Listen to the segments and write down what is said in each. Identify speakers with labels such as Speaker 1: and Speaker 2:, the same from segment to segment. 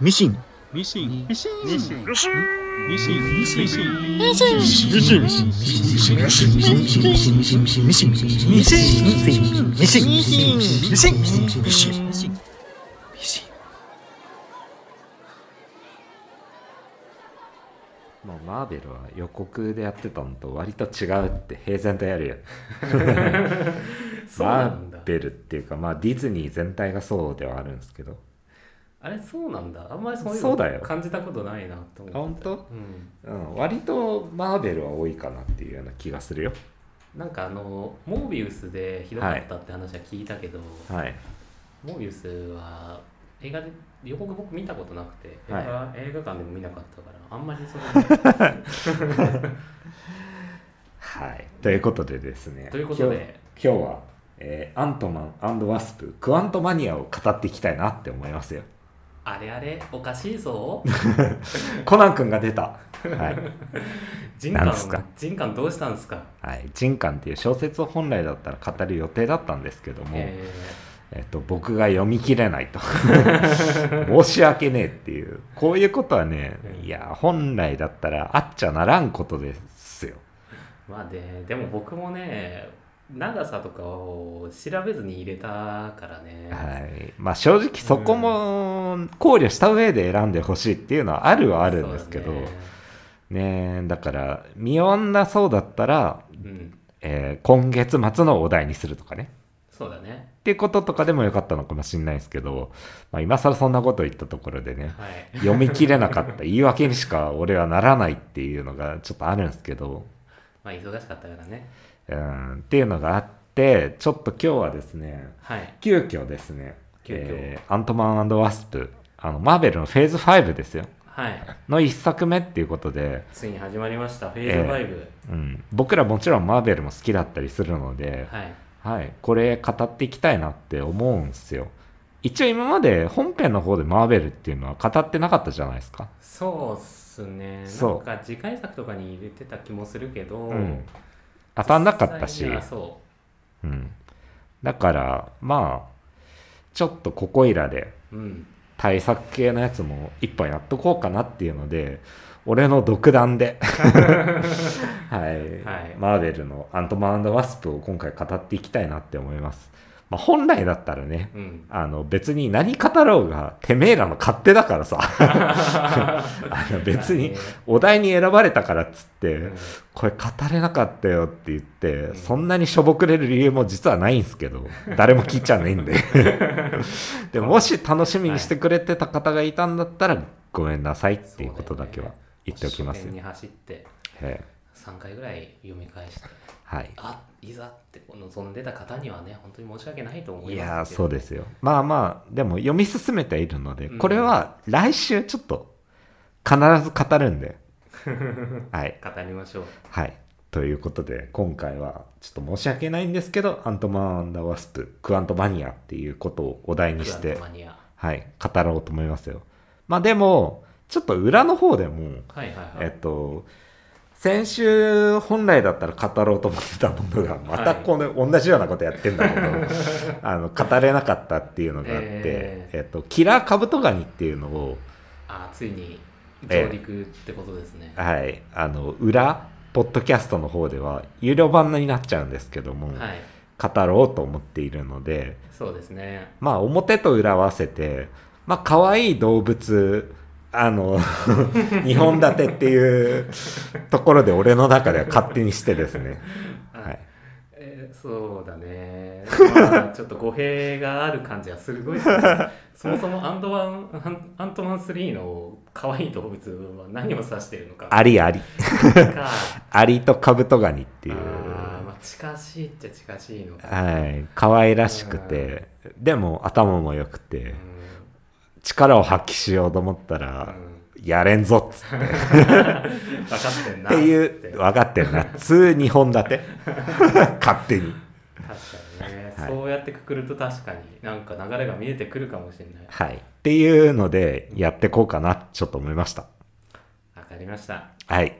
Speaker 1: ミシン。
Speaker 2: ミシン。ミシン。
Speaker 3: ニシン。
Speaker 4: シン
Speaker 2: ミシン。ミシン。
Speaker 5: ミ
Speaker 2: ミシン。
Speaker 5: シン
Speaker 1: ミシン。ミシン。ミシン。ミシン。ミシン。ミシン。ミシン。ミシン。ミシン。ミシン。ミシン。ミシン。ミシン。ミシン。ミシン。ミシン。
Speaker 6: まあ、マーベルは予告でやってたのと割と違うって平然とやるよ
Speaker 3: そうな
Speaker 6: マ
Speaker 3: んだ
Speaker 6: ーベルっていうか、まあ、ディズニー全体がそうではあるんですけど
Speaker 3: あれそうなんだ。あんまりそうい
Speaker 6: そうだよ
Speaker 3: うの感じたことないなと
Speaker 6: あ
Speaker 3: 思う。
Speaker 6: 本当、
Speaker 3: うん。
Speaker 6: うん、割とマーベルは多いかなっていうような気がするよ
Speaker 3: なんかあのモービウスでひどかったって話は聞いたけど、
Speaker 6: はい
Speaker 3: モービウスは映画で予告僕見たことなくて、
Speaker 6: はい
Speaker 3: 映画映画館でも見なかったからあんまり その
Speaker 6: はいということでですね
Speaker 3: ということで
Speaker 6: 今日今日は、えーアントマンワスプクワントマニアを語っていきたいなって思いますよ
Speaker 3: あれあれおかし いぞ
Speaker 6: コナン君が出たはい
Speaker 3: 人
Speaker 6: なん
Speaker 3: 感
Speaker 6: ですか
Speaker 3: 人感どうしたんですか、
Speaker 6: はい、人間っていう小説を本来だったら語る予定だったんですけども、え
Speaker 3: え
Speaker 6: っと、僕が読み切れない と申し訳ねえっていうこういうことはね
Speaker 3: うん
Speaker 6: いや本来だったらあっちゃならんことですよ
Speaker 3: ーまあねでも僕もね長さとかを調べずに入れたからね、
Speaker 6: はいまあ正直そこも考慮した上で選んでほしいっていうのはあるはあるんですけど
Speaker 3: そうだ
Speaker 6: ね
Speaker 3: ね
Speaker 6: だから見終わんなそうだったら、
Speaker 3: うん
Speaker 6: えー今月末のお題にするとかね
Speaker 3: そうだね
Speaker 6: っていうこととかでもよかったのかもしれないですけど、まあ、今更そんなこと言ったところでね
Speaker 3: はい
Speaker 6: 読み切れなかった言い訳にしか俺はならないっていうのがちょっとあるんですけど
Speaker 3: まあ忙しかったからね
Speaker 6: うんっていうのがあってちょっと今日はですね
Speaker 3: はい
Speaker 6: 急遽ですね
Speaker 3: 急遽
Speaker 6: えーアントマンワスプあのマーベルのフェーズ5ですよ
Speaker 3: はい
Speaker 6: の1作目っていうことで、
Speaker 3: ついに始まりましたフェーズ5、
Speaker 6: うん、僕らもちろんマーベルも好きだったりするので、
Speaker 3: はい
Speaker 6: はい、これ語っていきたいなって思うんですよ一応今まで本編の方でマーベルっていうのは語ってなかったじゃないですか
Speaker 3: そうっすね
Speaker 6: そう
Speaker 3: なんか次回作とかに入れてた気もするけど、
Speaker 6: うん当たんなかったし
Speaker 3: 実際にはそ
Speaker 6: うん、だからまあちょっとここいらで
Speaker 3: ううん
Speaker 6: 対策系のやつも一本やっとこうかなっていうので俺の独断で、はい
Speaker 3: はい
Speaker 6: マーベルの「アントマンワスプ」を今回語っていきたいなって思います、まあ、本来だったらね
Speaker 3: うん
Speaker 6: あの別に何語ろうがてめえらの勝手だからさあの別に
Speaker 3: ま
Speaker 6: お題に選ばれたからっつって、
Speaker 3: あねうん
Speaker 6: これ語れなかったよって言って、
Speaker 3: ん
Speaker 6: そんなにしょぼくれる理由も実はないんですけど誰も聞いちゃねえんで でもし楽しみにしてくれてた方がいたんだったら、ごめんなさいっていうことだけは言っておきます
Speaker 3: 書
Speaker 6: よ、
Speaker 3: 店に走って
Speaker 6: え
Speaker 3: 3回ぐらい読み返して
Speaker 6: えはい
Speaker 3: あいざってこの望んでた方にはね本当に申し訳ないと思
Speaker 6: い
Speaker 3: います
Speaker 6: やーそう
Speaker 3: で
Speaker 6: ですよまあまあでも読み進めてはいるので
Speaker 3: うん
Speaker 6: これは来週ちょっと必ず語るん ではい
Speaker 3: 語りましょう
Speaker 6: はい。ということで、今回はちょっと申し訳ないんですけど、アントマンワスプ、クアントマニアっていうことをお題にし
Speaker 3: クアン
Speaker 6: て
Speaker 3: ト、マニア
Speaker 6: はい、語ろうと思いますよ。まあでも、ちょっと裏の方でも、
Speaker 3: はいはいはい
Speaker 6: えっと、先週本来だったら語ろうと思ってたものが、またこの同じようなことやってんだけ ど、あの、語れなかったっていうのがあって、
Speaker 3: え
Speaker 6: えっと、キラーカブトガニっていうのを、
Speaker 3: あついに上陸ってことですね、
Speaker 6: はい、あの、裏、ポッドキャストの方では、有料版になっちゃうんですけども、
Speaker 3: はい
Speaker 6: 語ろうと思っているので
Speaker 3: そうですね
Speaker 6: まあ表と裏合わせてまあ可愛い動物あの 二本立てっていうところで俺の中では勝手にしてですね、はい、
Speaker 3: えーそうだね、まあ、ちょっと語弊がある感じはすごい ですねそもそもアントマンアンアントマン3の可愛い動物は何を指してるのか
Speaker 6: アリアリ
Speaker 3: か
Speaker 6: アリとカブトガニっていう
Speaker 3: あーまあ、近しいっちゃ近しいのか、
Speaker 6: はい可愛らしくてでも頭も良くて
Speaker 3: うん
Speaker 6: 力を発揮しようと思ったらやれんぞっつって
Speaker 3: うん、分かってんな
Speaker 6: って
Speaker 3: って
Speaker 6: いう分かってるな通二本立て 勝手に
Speaker 3: 確かにね、
Speaker 6: はい
Speaker 3: そうやってくくると確かになんか流れが見えてくるかもしれない
Speaker 6: はい。っていうので、やってこうかな、ちょっと思いました。
Speaker 3: わかりました
Speaker 6: はい。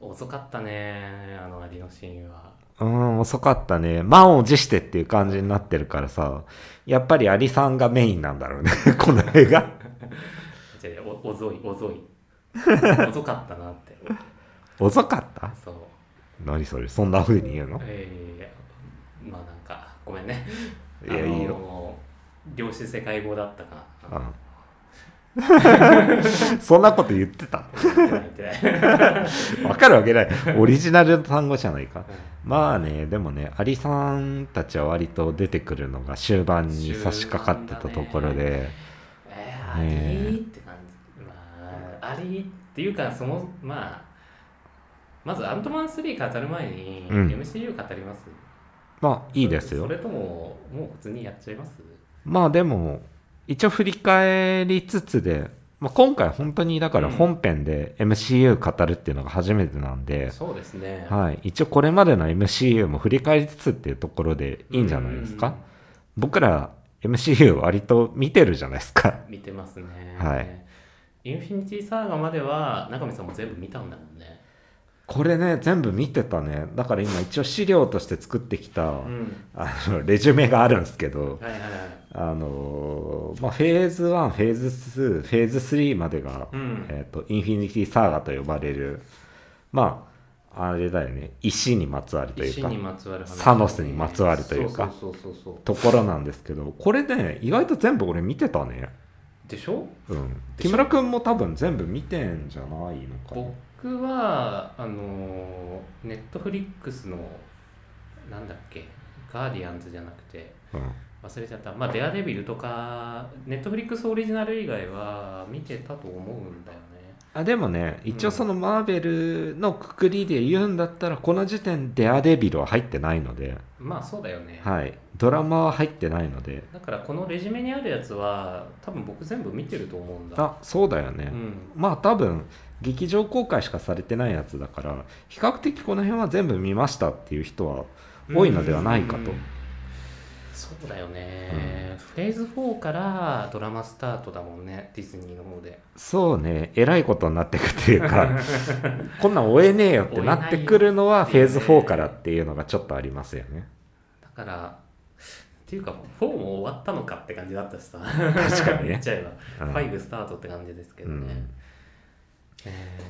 Speaker 3: 遅かったねあのアリのシーンは
Speaker 6: うーん、遅かったね。満を持してっていう 感じになってるからさ、やっぱりアリさんがメインなんだろうね、この映画。
Speaker 3: おぞい おぞいおぞかったなって
Speaker 6: 遅かった
Speaker 3: そう
Speaker 6: 何それそんな風に言うの
Speaker 3: えー、まあなんかごめんね
Speaker 6: いや
Speaker 3: あの
Speaker 6: いいよ
Speaker 3: 量子世界語だっ たか
Speaker 6: う
Speaker 3: な、
Speaker 6: んそんなこと言ってた
Speaker 3: 言ってない言ってない
Speaker 6: わかるわけないオリジナルの単語じゃないか
Speaker 3: うん
Speaker 6: まあねでもねアリさんたちは割と出てくるのが終盤に差し掛かってたところで、
Speaker 3: えー、あり
Speaker 6: ね
Speaker 3: ーって感じ、まあ、ありーっていうかそのまあまずアントマン3語る前に
Speaker 6: うん
Speaker 3: MCU 語ります、
Speaker 6: まあいいですよ
Speaker 3: それとももう普通にやっちゃいます
Speaker 6: まあでも一応振り返りつつで、まあ、今回本当にだから
Speaker 3: うん
Speaker 6: 本編で MCU 語るっていうのが初めてなんで、
Speaker 3: そうですね
Speaker 6: はい、一応これまでの MCU も振り返りつつっていうところでいいんじゃないですか僕ら MCU 割と見てるじゃないですか
Speaker 3: うん見てますね
Speaker 6: はい
Speaker 3: インフィニティサーガまでは中見さんも全部見たんだもんね
Speaker 6: これね全部見てたねだから今一応資料として作ってきた、
Speaker 3: うん
Speaker 6: あのレジュメがあるんですけど
Speaker 3: はいはいはい
Speaker 6: あのーまあ、フェーズ1フェーズ2フェーズ3までが、
Speaker 3: うん
Speaker 6: えー、とインフィニティサーガと呼ばれるまああれだよね石にまつわるとい
Speaker 3: 石
Speaker 6: うか
Speaker 3: にまつわる話
Speaker 6: サノスにまつわるというか
Speaker 3: そうそうそうそうそう
Speaker 6: ところなんですけどこれね意外と全部俺見てたね
Speaker 3: でしょ
Speaker 6: うん
Speaker 3: でし
Speaker 6: 木
Speaker 3: ょ
Speaker 6: 村君も多分全部見てんじゃないのかな
Speaker 3: 僕はあのネットフリックスのなんだっけガーディアンズじゃなくて
Speaker 6: うん
Speaker 3: 忘れちゃったまあデアデビルとかネットフリックスオリジナル以外は見てたと思うんだよね
Speaker 6: あでもね一応そのマーベルのくくりで言うんだったらこの時点で「アデビル」は入ってないので、
Speaker 3: まあそうだよね、
Speaker 6: はい、ドラマは入ってないので
Speaker 3: だからこのレジュメにあるやつは多分僕全部見てると思うんだ
Speaker 6: あそうだよね、
Speaker 3: うん
Speaker 6: まあ多分劇場公開しかされてないやつだから比較的この辺は全部見ましたっていう人は多いのではないかと、
Speaker 3: うんそうだよね、フェーズ4からドラマスタートだもんねディズニーの方で
Speaker 6: そうねえらいことになってくっていうか こんなん追えねえよってなってくるのはフ
Speaker 3: 追え
Speaker 6: ェー
Speaker 3: ないよ
Speaker 6: ズ4からっていうのがちょっとありますよね
Speaker 3: だからっていうか4も終わったのかって感じだったしさ
Speaker 6: 確かにね
Speaker 3: 言っちゃえば、
Speaker 6: うん
Speaker 3: 5スタートって感じですけどね、
Speaker 6: うん
Speaker 3: え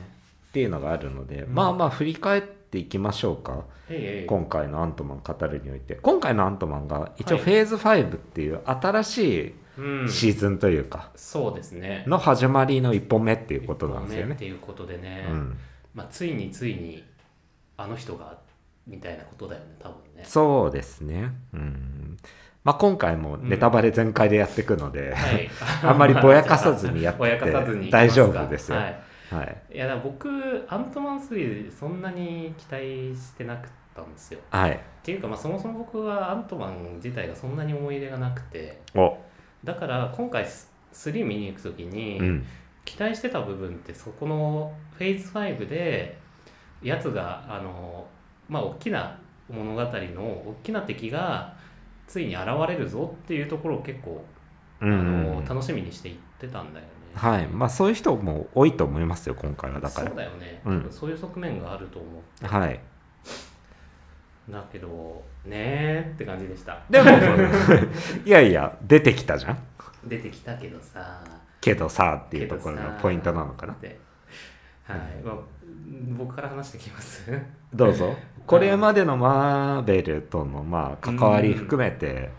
Speaker 6: っていうのがあるので、
Speaker 3: うん
Speaker 6: まあまあ振り返っていきましょうか
Speaker 3: ーえいえい
Speaker 6: 今回の「アントマン」語るにおいて今回の「アントマン」が一応
Speaker 3: はい
Speaker 6: フェーズ5っていう新し
Speaker 3: うん
Speaker 6: いシーズンというか、
Speaker 3: そうですね
Speaker 6: の始まりの一本目っていうことなんですよ
Speaker 3: 一本目っ
Speaker 6: ね。
Speaker 3: ていうことでね、
Speaker 6: うん、
Speaker 3: まあ、ついについにあの人がみたいなことだよね多分 ね
Speaker 6: そうですね。うんまあ、今回もネタバレ全開でやっていくの で、
Speaker 3: はい
Speaker 6: あんまりぼやかさずにやってて
Speaker 3: ぼやかさずに
Speaker 6: 大丈夫ですよ
Speaker 3: はい、
Speaker 6: はい。
Speaker 3: いやだから僕アントマン3そんなに期待してなかったんですよ
Speaker 6: はい。
Speaker 3: っていうか、まあ、そもそも僕はアントマン自体がそんなに思い入れがなくて
Speaker 6: お、
Speaker 3: だから今回ス3見に行く時に、
Speaker 6: うん。
Speaker 3: 期待してた部分ってそこのフェーズ5でやつがあのまあ大きな物語の大きな敵がついに現れるぞっていうところを結構、
Speaker 6: うん
Speaker 3: あの
Speaker 6: うん。
Speaker 3: 楽しみにしていってたんだよね。
Speaker 6: はい。まあ、そういう人も多いと思いますよ、今回は。だか
Speaker 3: そうだよね、
Speaker 6: うん
Speaker 3: そういう側面があると思う
Speaker 6: ら。はい。
Speaker 3: だけどねーって感じでした
Speaker 6: でも、 いやいや、出てきたじゃん。
Speaker 3: 出てきたけどさ
Speaker 6: けどさ、っていうところ
Speaker 3: けど
Speaker 6: が
Speaker 3: さ
Speaker 6: ポイントなのかな
Speaker 3: っ。てはい、まあ、僕から話してきます
Speaker 6: どうぞ。これまでのマーベルとの、まあ、関わり含めて、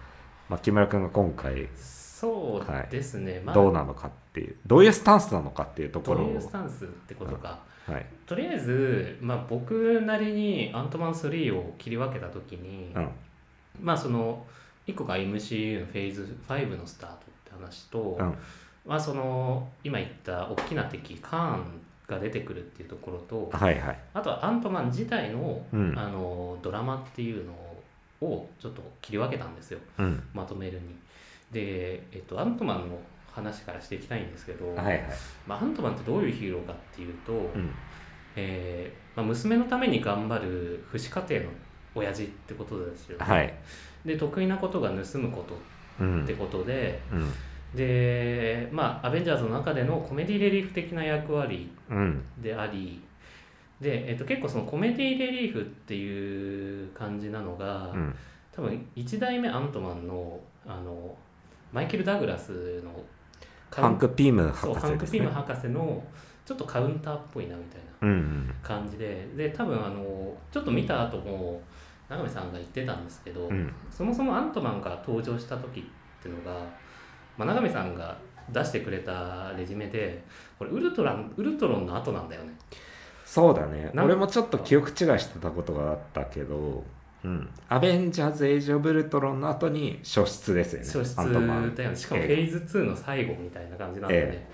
Speaker 6: まあ、木村君が今回、
Speaker 3: そうですね、まあ
Speaker 6: どうなのかっていう、どういうスタンスなのかっていうとこ
Speaker 3: どう
Speaker 6: ろ
Speaker 3: いう
Speaker 6: を
Speaker 3: ス。タンスってことか、
Speaker 6: はい。
Speaker 3: とりあえず、まあ、僕なりにアントマン3を切り分けた時に、
Speaker 6: うん。
Speaker 3: まあその1個が MCU のフェーズ5のスタートって話と、
Speaker 6: うん
Speaker 3: まあその今言った大きな敵カーンが出てくるっていうところと
Speaker 6: はいはい。
Speaker 3: あとはアントマン自体の,、
Speaker 6: うん
Speaker 3: あのドラマっていうのをちょっと切り分けたんですよ
Speaker 6: うん。
Speaker 3: まとめるに。で、えっと、アントマンの話からしていきたいんですけど、
Speaker 6: はいはい。
Speaker 3: まあ、アントマンってどういうヒーローかっていうと、
Speaker 6: うん。
Speaker 3: えーまあ、娘のために頑張る不死家庭の親父ってことですよ、
Speaker 6: はい。
Speaker 3: で得意なことが盗むこと
Speaker 6: うん
Speaker 3: って。ことで、
Speaker 6: うん。
Speaker 3: でまあアベンジャーズの中でのコメディレリーフ的な役割
Speaker 6: うん。
Speaker 3: でありで、えっと結構そのコメディレリーフっていう感じなのが、
Speaker 6: うん。
Speaker 3: 多分1代目アントマンのあのマイケル・ダグラスの
Speaker 6: ハンク・ピーム
Speaker 3: そう
Speaker 6: 博
Speaker 3: ハ
Speaker 6: 士
Speaker 3: ンク・
Speaker 6: です
Speaker 3: ピーム
Speaker 6: ね。
Speaker 3: 博士のちょっとカウンターっぽいなみたいな
Speaker 6: うんうん
Speaker 3: 感じでで多分あのちょっと見た後も長見さんが言ってたんですけど、
Speaker 6: うん
Speaker 3: そもそもアントマンが登場した時っていうのが、まあ、長見さんが出してくれたレジュメでこれウルトランウルトロンの後なんだよね
Speaker 6: そうだね
Speaker 3: なんか
Speaker 6: 俺もちょっと記憶違いしてたことがあったけど、うん、アベンジャーズ・エイジ・オブ・ウルトロンの後に初出ですよね
Speaker 3: 初出
Speaker 6: アントマン
Speaker 3: だよねしかもフ
Speaker 6: 映画
Speaker 3: ェーズ2の最後みたいな感じなんで、
Speaker 6: え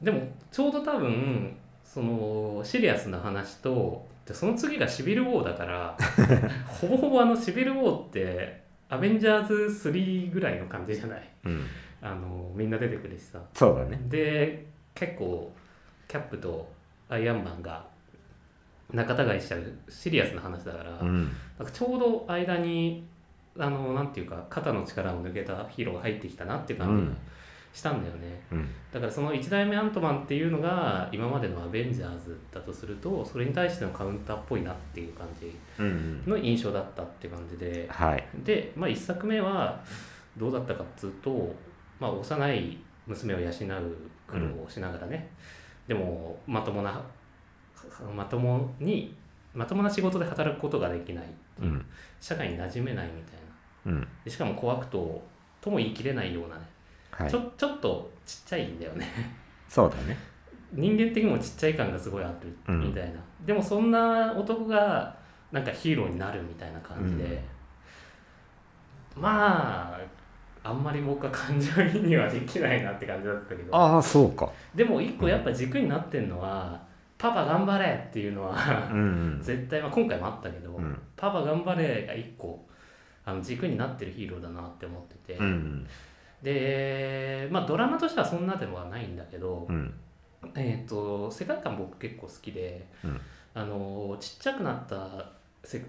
Speaker 3: でもちょうど多分そのシリアスな話とでその次がシビル・ウォーだから ほぼほぼあのシビル・ウォーってアベンジャーズ3ぐらいの感じじゃない
Speaker 6: うん、
Speaker 3: あのみんな出てくるしさ
Speaker 6: そうだね
Speaker 3: で結構キャップとアイアンマンが仲違いしちゃうシリアスな話だから、
Speaker 6: うん
Speaker 3: なんかちょうど間にあのなんていうか肩の力を抜けたヒーローが入ってきたなっていう感じがしたんだよね、
Speaker 6: うん
Speaker 3: だからその1代目アントマンっていうのが今までのアベンジャーズだとするとそれに対してのカウンターっぽいなっていう感じ
Speaker 6: うんうん
Speaker 3: の印象だったって感じで
Speaker 6: はい
Speaker 3: で、まあ、1作目はどうだったかっつうと、まあ、幼い娘を養う苦労をしながらね、でもまともなまともにまともな仕事で働くことができない、
Speaker 6: うん
Speaker 3: 社会に馴染めないみたいな
Speaker 6: うん
Speaker 3: でしかも怖くととも言い切れないようなね、
Speaker 6: はい
Speaker 3: ちょちょっとちっちゃいんだよね
Speaker 6: そうだね
Speaker 3: 人間的にもちっちゃい感がすごいある
Speaker 6: うん
Speaker 3: みたいな、でもそんな男がなんかヒーローになるみたいな感じで、まああんまり僕は感情移入はできないなって感じだったけど
Speaker 6: ああそうか
Speaker 3: でも一個やっぱ軸になってんのは「パパ頑張れ!」っていうのは
Speaker 6: うんうん
Speaker 3: 絶対、まあ、今回もあったけど「
Speaker 6: うん
Speaker 3: パパ頑張れ!」が一個あの軸になってるヒーローだなって思ってて、
Speaker 6: うん
Speaker 3: でまあドラマとしてはそんなではないんだけど、
Speaker 6: うん
Speaker 3: えー、と世界観僕結構好きで、
Speaker 6: うん
Speaker 3: あのちっちゃくなった世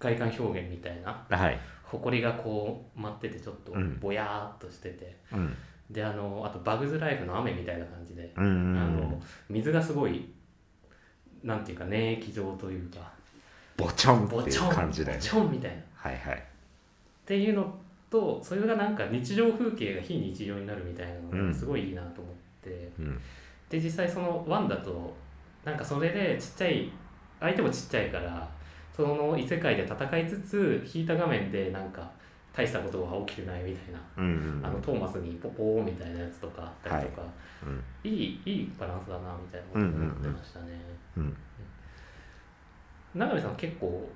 Speaker 3: 界観表現みたいな
Speaker 6: はい
Speaker 3: 埃がこう舞っててちょっと
Speaker 6: うん
Speaker 3: ぼやーっとしてて、
Speaker 6: うん
Speaker 3: であのあとバグズライフの雨みたいな感じで、
Speaker 6: うんうん
Speaker 3: あ
Speaker 6: う
Speaker 3: の
Speaker 6: ん
Speaker 3: 水がすごいなんていうか粘液状というか
Speaker 6: ぼちょんって
Speaker 3: ぼ
Speaker 6: い
Speaker 3: ちょ
Speaker 6: うん感じだよ
Speaker 3: ぼ
Speaker 6: ね
Speaker 3: ちょんみたいなっ
Speaker 6: はいはい
Speaker 3: ていうのとそれがなんか日常風景が非日常になるみたいなの
Speaker 6: う
Speaker 3: が
Speaker 6: ん
Speaker 3: すごいいいなと思って。
Speaker 6: うん
Speaker 3: で実際そのワンだとなんかそれでちっちゃい相手もちっちゃいからその異世界で戦いつつ引いた画面でなんか大したことは起きてないみたいな、
Speaker 6: うんうん
Speaker 3: あのトーマスにポポーみたいなやつとかあったりとか、
Speaker 6: うん
Speaker 3: い、いいいバランスだなみたいなこと思ってましたね、
Speaker 6: うん
Speaker 3: 長見さん結構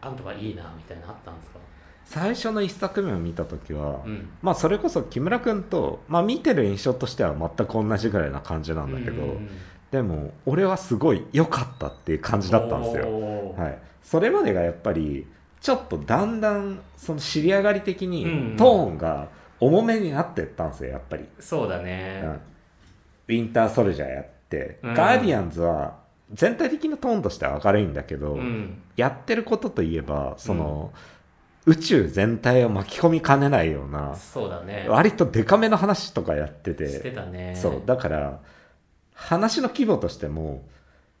Speaker 3: あんとかいいなみたいなのあったんですか
Speaker 6: 最初の一作目を見た時は
Speaker 3: うん
Speaker 6: まあそれこそ木村君と、まあ、見てる印象としては全く同じぐらいな感じなんだけど、
Speaker 3: ううん
Speaker 6: でも俺はすごい良かったっていう感じだったんですよ。
Speaker 3: おー
Speaker 6: はい、それまでがやっぱりちょっとだんだんその尻上がり的
Speaker 3: うんうん
Speaker 6: にトーンが重めになってったんですよやっぱり、
Speaker 3: そうだ
Speaker 6: う
Speaker 3: ね、
Speaker 6: ん、ウィンターソルジャーやって、
Speaker 3: うん
Speaker 6: ガーディアンズは全体的なトーンとしては明るいんだけど、
Speaker 3: うん
Speaker 6: やってることといえばその、宇宙全体を巻き込みかねないような
Speaker 3: そうだね
Speaker 6: 割とデカめの話とかやって
Speaker 3: してたね
Speaker 6: そうだから話の規模としても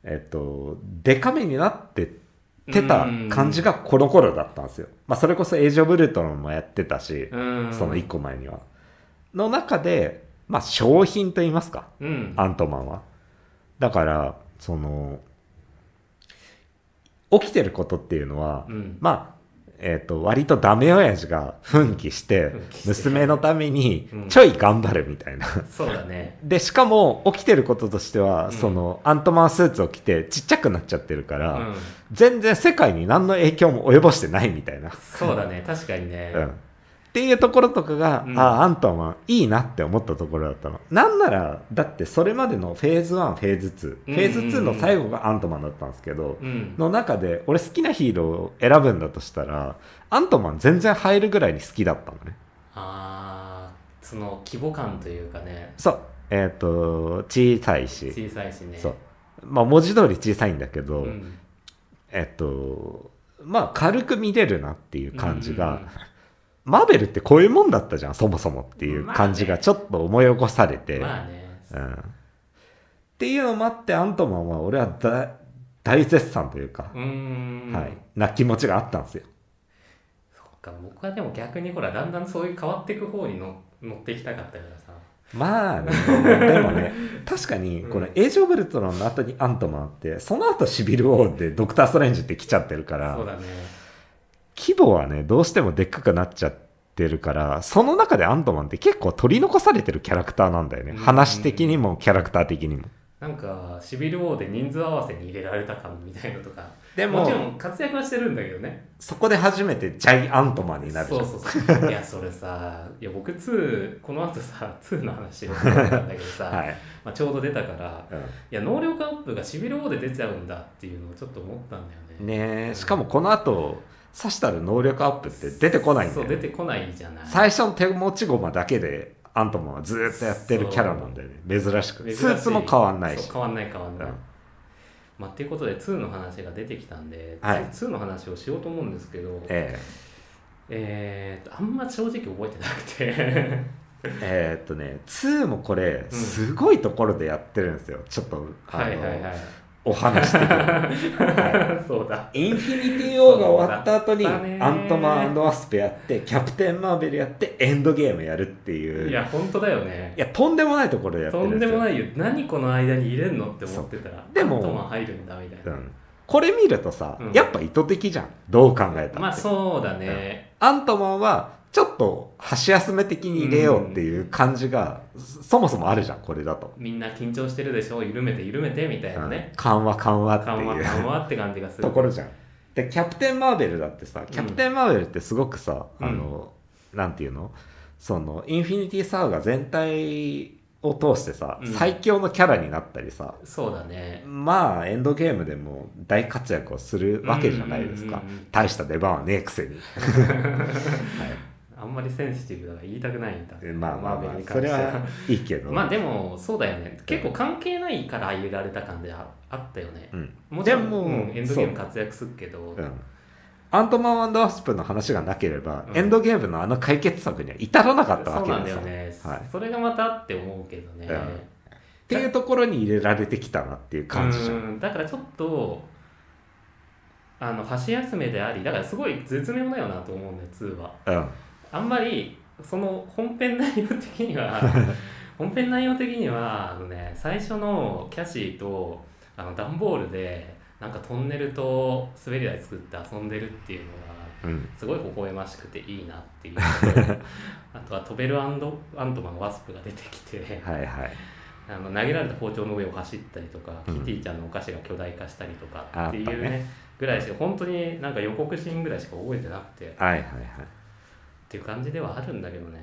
Speaker 6: えっとデカめになってってた感じがこの頃だったんですよ、まあ、それこそ「エイジ・オブ・ルートロン」もやってたし、
Speaker 3: うん
Speaker 6: その1個前にはの中でまあ商品と言いますか
Speaker 3: うん
Speaker 6: アントマンはだからその起きてることっていうのは、
Speaker 3: うん
Speaker 6: まあえっと割とダメ親父が奮起して
Speaker 3: 奮起して
Speaker 6: 娘のために
Speaker 3: うん
Speaker 6: ちょい頑張るみたいな、
Speaker 3: そう だね。
Speaker 6: でしかも起きてることとしては、
Speaker 3: うん
Speaker 6: そのアントマンスーツを着てちっちゃくなっちゃってるか
Speaker 3: う
Speaker 6: ら、
Speaker 3: ん、
Speaker 6: 全然世界に何の影響も及ぼしてないみたいな、
Speaker 3: そうだね、確かにね。
Speaker 6: うん、っていうところとかが、
Speaker 3: うん
Speaker 6: ああアントマンいいなって思ったところだったのなんならだってそれまでのフェーズ1フェーズ2フェーズ2の最後がアントマンだったんですけど、
Speaker 3: うん、
Speaker 6: の中で俺好きなヒーローを選ぶんだとしたらアントマン全然入るぐらいに好きだったのね
Speaker 3: ああ、その規模感というかね、
Speaker 6: そうえっ、と小さいし
Speaker 3: 小さいしね。
Speaker 6: そう。まあ文字通り小さいんだけど、
Speaker 3: うん、
Speaker 6: えっと、まあ軽く見れるなっていう感じ
Speaker 3: うん
Speaker 6: が、
Speaker 3: うんうん
Speaker 6: マーベルってこういうもんだったじゃん、そもそもっていう感じ
Speaker 3: まあ
Speaker 6: が
Speaker 3: ね
Speaker 6: ちょっと思い起こされて、
Speaker 3: まあね、
Speaker 6: うん。っていうのもあって、アントマンは俺はだ大絶賛というか
Speaker 3: う、ーん、
Speaker 6: はい、な気持ちがあったんですよ。
Speaker 3: そっか、僕はでも逆にほら、だんだんそういう変わっていく方にの乗っていきたかったからさ、
Speaker 6: まあね、でも ね、確かに、このエイジ・オブ・ルトロンの後にアントマンあって、その後シビル・ウォーでドクター・ストレンジって来ちゃってるから、
Speaker 3: そうだね
Speaker 6: 規模はね、どうしてもでっかくなっちゃってるから、その中でアントマンって結構取り残されてるキャラクターなんだよね。
Speaker 3: うん
Speaker 6: 話的にもキャラクター的にも。
Speaker 3: なんかシビルウォーで人数合わせに入れられたかもみたいなのとか
Speaker 6: で
Speaker 3: も
Speaker 6: も
Speaker 3: ち、ろん活躍はしてるんだけどね
Speaker 6: そこで初めてジャイアントマンになるじゃん
Speaker 3: そうそうそういやそれさいや僕2この後さ2の話をしたんだけどさ、
Speaker 6: はい。
Speaker 3: まあ、ちょうど出たからいや能力アップがシビルウォーで出ちゃうんだっていうのをちょっと思ったんだよ
Speaker 6: う
Speaker 3: ね
Speaker 6: んねえしかもこの後、刺したら能力アップって出てこないんだ
Speaker 3: そ
Speaker 6: よ
Speaker 3: う
Speaker 6: ね
Speaker 3: 出てこないじゃない
Speaker 6: 最初の手持ち駒だけでアントマンはずーっとやってるキャラなんだよね珍しく
Speaker 3: 珍しい
Speaker 6: スーツも変わんないし
Speaker 3: そう変わんない変わんない、
Speaker 6: うん
Speaker 3: まあ、っていうことで2の話が出てきたんで、
Speaker 6: はい
Speaker 3: 2の話をしようと思うんですけどえ
Speaker 6: え
Speaker 3: ーっとあんま正直覚えてなくて
Speaker 6: ええーっとね2もこれすごいところでやってるんですよちょっとあの、
Speaker 3: はいはいはい
Speaker 6: お話的に、 は
Speaker 3: そうだ
Speaker 6: いインフィニティ・オーが終わった後に
Speaker 3: そうだったね
Speaker 6: アントマンワスプやってキャプテン・マーベルやってエンドゲームやるっていう
Speaker 3: い
Speaker 6: い
Speaker 3: や本当だよね
Speaker 6: やとんでもないところでやって
Speaker 3: と
Speaker 6: るん
Speaker 3: ん
Speaker 6: で
Speaker 3: です
Speaker 6: よ
Speaker 3: もないよ何この間に入れんのって思ってたら
Speaker 6: うでも
Speaker 3: アントマン入るんだみたいうな、
Speaker 6: ん、これ見るとさ、
Speaker 3: うん
Speaker 6: やっぱ意図的じゃんどう考えたって、
Speaker 3: まあそうだね、
Speaker 6: アントマンはちょっと箸休め的に入れようっていう感じが、そもそもあるじゃんこれだと、
Speaker 3: みんな緊張してるでしょ緩めて緩めてみたいなね、
Speaker 6: 緩和緩和って
Speaker 3: 緩和
Speaker 6: いう
Speaker 3: 緩和って感じがする
Speaker 6: ところじゃんでキャプテン・マーベルだってさキャプテン・マーベルってすごくさ、
Speaker 3: うん
Speaker 6: あのなんていうのそのインフィニティ・サーガ全体を通してさ、
Speaker 3: うん
Speaker 6: 最強のキャラになったりさ
Speaker 3: そうだね
Speaker 6: まあエンドゲームでも大活躍をするわけじゃないですか、
Speaker 3: うんうんうんうん
Speaker 6: 大した出番はねえくせに、はい
Speaker 3: あんまりセンシティブだから言いたくないんだ
Speaker 6: えまあまあま
Speaker 3: マーベルに
Speaker 6: あそ
Speaker 3: 関して
Speaker 6: れはいいけど、
Speaker 3: まあでもそうだよね結構関係ないから入れられた感じああったよね
Speaker 6: うん
Speaker 3: もちろん
Speaker 6: でも
Speaker 3: うんエンドゲーム活躍するけど
Speaker 6: うん、アントマンワスプの話がなければ、
Speaker 3: うん
Speaker 6: エンドゲームのあの解決策には至らなかった
Speaker 3: そうな
Speaker 6: わ
Speaker 3: ん
Speaker 6: け
Speaker 3: だ
Speaker 6: です
Speaker 3: よ
Speaker 6: よ。
Speaker 3: ね、
Speaker 6: はい
Speaker 3: それがまたって思うけどね、
Speaker 6: うんっていうところに入れられてきたなっていう感じじゃん。
Speaker 3: うんだからちょっとあの箸休めでありだからすごい絶妙だよなと思うんだよ2は
Speaker 6: うん
Speaker 3: あんまりその本編内容的 には本編内容的にはあのね最初のキャシーとあの段ボールでなんかトンネルと滑り台作って遊んでるっていうの
Speaker 6: う
Speaker 3: が
Speaker 6: ん
Speaker 3: すごい微笑ましくていいなっていう あとは飛べるアンドアントマンワスプが出てきて
Speaker 6: はいはい、
Speaker 3: あの投げられた包丁の上を走ったりとか、
Speaker 6: うん
Speaker 3: キティちゃんのお菓子が巨大化したりとか
Speaker 6: あ
Speaker 3: っていう
Speaker 6: あった
Speaker 3: ね
Speaker 6: ね
Speaker 3: ぐらいしか本当になんか予告シーンぐらいしか覚えてなくてっ
Speaker 6: はいはいはい
Speaker 3: ていう感じではあるんだけどね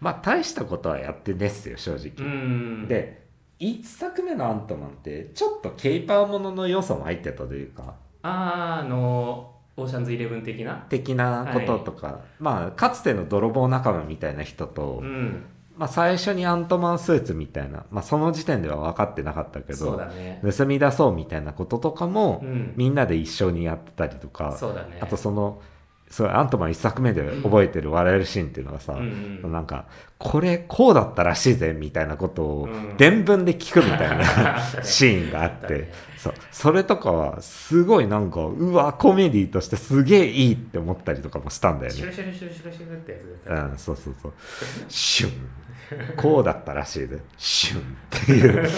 Speaker 6: まあ大したことはやってねっすよ正直。
Speaker 3: うん
Speaker 6: で1作目のアントマンってちょっとケイパーものの要素も入ってたというか
Speaker 3: あーあのオーシャンズイレブン的な
Speaker 6: 的なこととか、まあかつての泥棒仲間みたいな人と、
Speaker 3: うん
Speaker 6: まあ、最初にアントマンスーツみたいな、まあ、その時点では分かってなかったけ
Speaker 3: そう
Speaker 6: ど、
Speaker 3: だね
Speaker 6: 盗み出そうみたいなこととかも、
Speaker 3: うん
Speaker 6: みんなで一緒にやってたりとか、
Speaker 3: そうだね
Speaker 6: あとその、そうアントマン一作目で覚えてる笑えるシーンっていうのがさ、
Speaker 3: うんうん
Speaker 6: なんか、これこうだったらしいぜみたいなことを
Speaker 3: うん
Speaker 6: 伝聞で聞くみた いな、
Speaker 3: あったね
Speaker 6: シーンがあっ
Speaker 3: あった
Speaker 6: て
Speaker 3: ね、
Speaker 6: そう、それとかはすごいなんか、うわ、コメディとしてすげえいいって思ったりとかもしたんだよね
Speaker 3: シュ。ルシュルシュルシュルシュルってやつだ
Speaker 6: う
Speaker 3: よね
Speaker 6: ん、そうそうそう。シュン。こうだったらしいで。シュンっていう。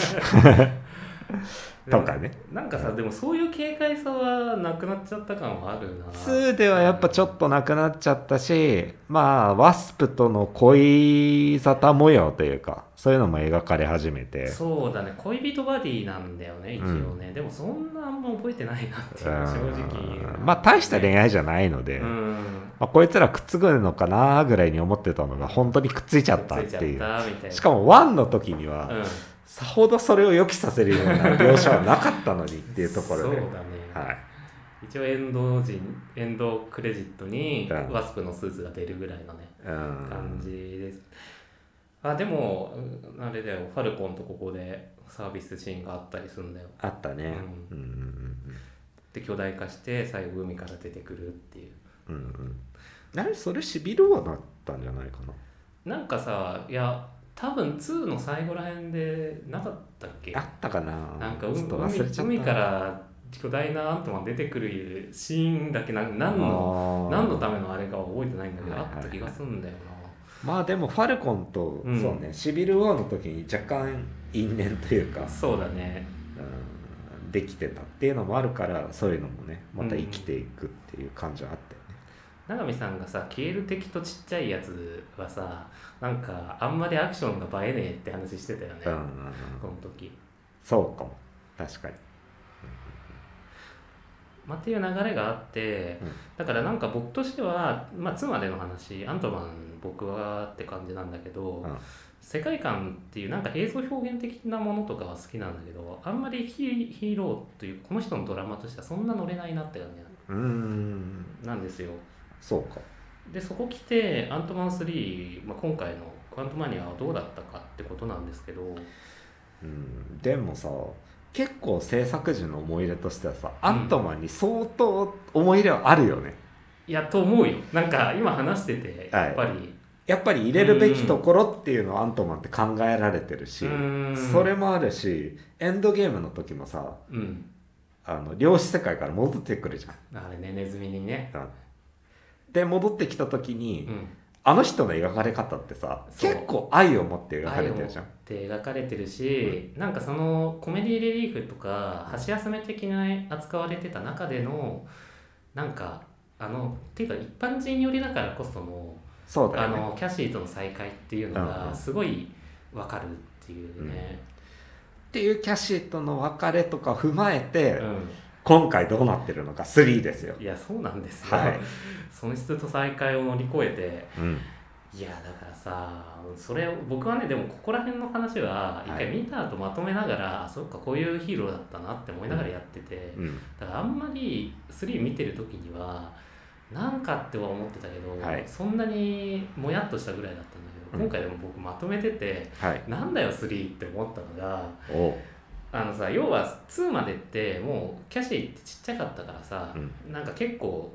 Speaker 6: とかね。
Speaker 3: なんかさでもそういう軽快さはなくなっちゃった感はあるな
Speaker 6: 2ではやっぱちょっとなくなっちゃったし、まあ、ワスプとの恋沙汰模様というか、そういうのも描かれ始めて、
Speaker 3: そうだね恋人バディなんだよね一応ね、でもそんなあんま覚えてないなっていう
Speaker 6: うん
Speaker 3: 正直
Speaker 6: まあ、大した恋愛じゃないので、
Speaker 3: うん
Speaker 6: まあ、こいつらくっつくのかなぐらいに思ってたのが、本当にくっついちゃったっ
Speaker 3: くっつい
Speaker 6: てい
Speaker 3: ち
Speaker 6: う。
Speaker 3: ゃったみたいな
Speaker 6: しかも1の時には、
Speaker 3: うん
Speaker 6: さほどそれを予期させるような描写はなかったのにっていうところ
Speaker 3: そう
Speaker 6: で。
Speaker 3: だね、
Speaker 6: はい
Speaker 3: 一応エンド陣エンドクレジットに
Speaker 6: うん
Speaker 3: ワスプのスーツが出るぐらいのね
Speaker 6: 感
Speaker 3: 感じですあでもうんあれだよファルコンとここでサービスシーンがあったりするんだよ
Speaker 6: あったね
Speaker 3: う
Speaker 6: うん
Speaker 3: で巨大化して最後海から出てくるっていう
Speaker 6: うんうんうんうん何それシビル王だったんじゃないかな
Speaker 3: なんかさいや多分2の最後らへんでなかったっけ
Speaker 6: あったかな
Speaker 3: なんか
Speaker 6: ちょっと忘れちゃった
Speaker 3: 海海から巨大なアントマン出てくるシーンだけなん何の
Speaker 6: の
Speaker 3: 何のためのあれかは覚えてないんだけど、
Speaker 6: はいはい
Speaker 3: あった気がすんだよな。
Speaker 6: まあでもファルコンと、
Speaker 3: うん
Speaker 6: そうねシビル・ウォーの時に若干因縁というか、
Speaker 3: そうだね
Speaker 6: うん、できてたっていうのもあるからそういうのもねまた生きていくっていう感じはあって、
Speaker 3: 永見さんがさ消える敵とちっちゃいやつはさなんかあんまりアクションが映えねえって話してたよね、
Speaker 6: うんうん
Speaker 3: こ
Speaker 6: うん
Speaker 3: の時、
Speaker 6: そうかも確かに
Speaker 3: まあ、っていう流れがあって、
Speaker 6: うん
Speaker 3: だからなんか僕としては、まあ、2までの話アントマン僕はって感じなんだけど、
Speaker 6: うん
Speaker 3: 世界観っていうなんか映像表現的なものとかは好きなんだけどあんまりヒーヒーローというこの人のドラマとしてはそんな乗れないなって感
Speaker 6: うーん
Speaker 3: じなんですよ
Speaker 6: そうか
Speaker 3: でそこ来て「アントマン3」まあ、今回の「クアントマニア」はどうだったかってことなんですけど
Speaker 6: うんでもさ結構制作時の思い入れとしてはさ、アントマンに相当思い入れはあるよね
Speaker 3: いやと思うよなんか今話してて
Speaker 6: はい
Speaker 3: やっぱり、
Speaker 6: やっぱり入れるべきところっていうのをアントマンって考えられてるし、
Speaker 3: うーん
Speaker 6: それもあるしエンドゲームの時もさ
Speaker 3: うん
Speaker 6: あの量子世界から戻ってくるじゃん
Speaker 3: あれねネズミにね
Speaker 6: で戻ってきた時に、
Speaker 3: うん
Speaker 6: あの人の描かれ方ってさ
Speaker 3: そう
Speaker 6: 結構愛を持って描か
Speaker 3: 愛
Speaker 6: れ
Speaker 3: を
Speaker 6: て
Speaker 3: 持っ
Speaker 6: るじゃん
Speaker 3: て描かれてるし、なんかそのコメディレリーフとか箸休め的な扱われてた中でのなんかあのっていうか一般人寄りだからこその
Speaker 6: そうだ
Speaker 3: あ
Speaker 6: よね
Speaker 3: のキャシーとの再会っていうの
Speaker 6: うんう
Speaker 3: が
Speaker 6: ん
Speaker 3: すごいわかるっていうね、
Speaker 6: っていうキャシーとの別れとか踏まえて、
Speaker 3: うん
Speaker 6: 今回どうなってるのか3ですよ
Speaker 3: いやそうなんですよ、
Speaker 6: はい
Speaker 3: 損失と再会を乗り越え
Speaker 6: うん
Speaker 3: ていやだからさそれ僕はねでもここら辺の話は一回
Speaker 6: は
Speaker 3: 見た後まとめながら、あそっかこういうヒーローだったなって思いながらやってて、
Speaker 6: うん
Speaker 3: だからあんまり3見てる時にはなんかっては思ってたけど、
Speaker 6: はい
Speaker 3: そんなにもやっとしたぐらいだったんだけど
Speaker 6: うん
Speaker 3: 今回でも僕まとめてて、
Speaker 6: はい
Speaker 3: なんだよ3って思ったのが
Speaker 6: おう
Speaker 3: あのさ要は2までってもうキャシーってちっちゃかったからさ、
Speaker 6: う
Speaker 3: なんか結構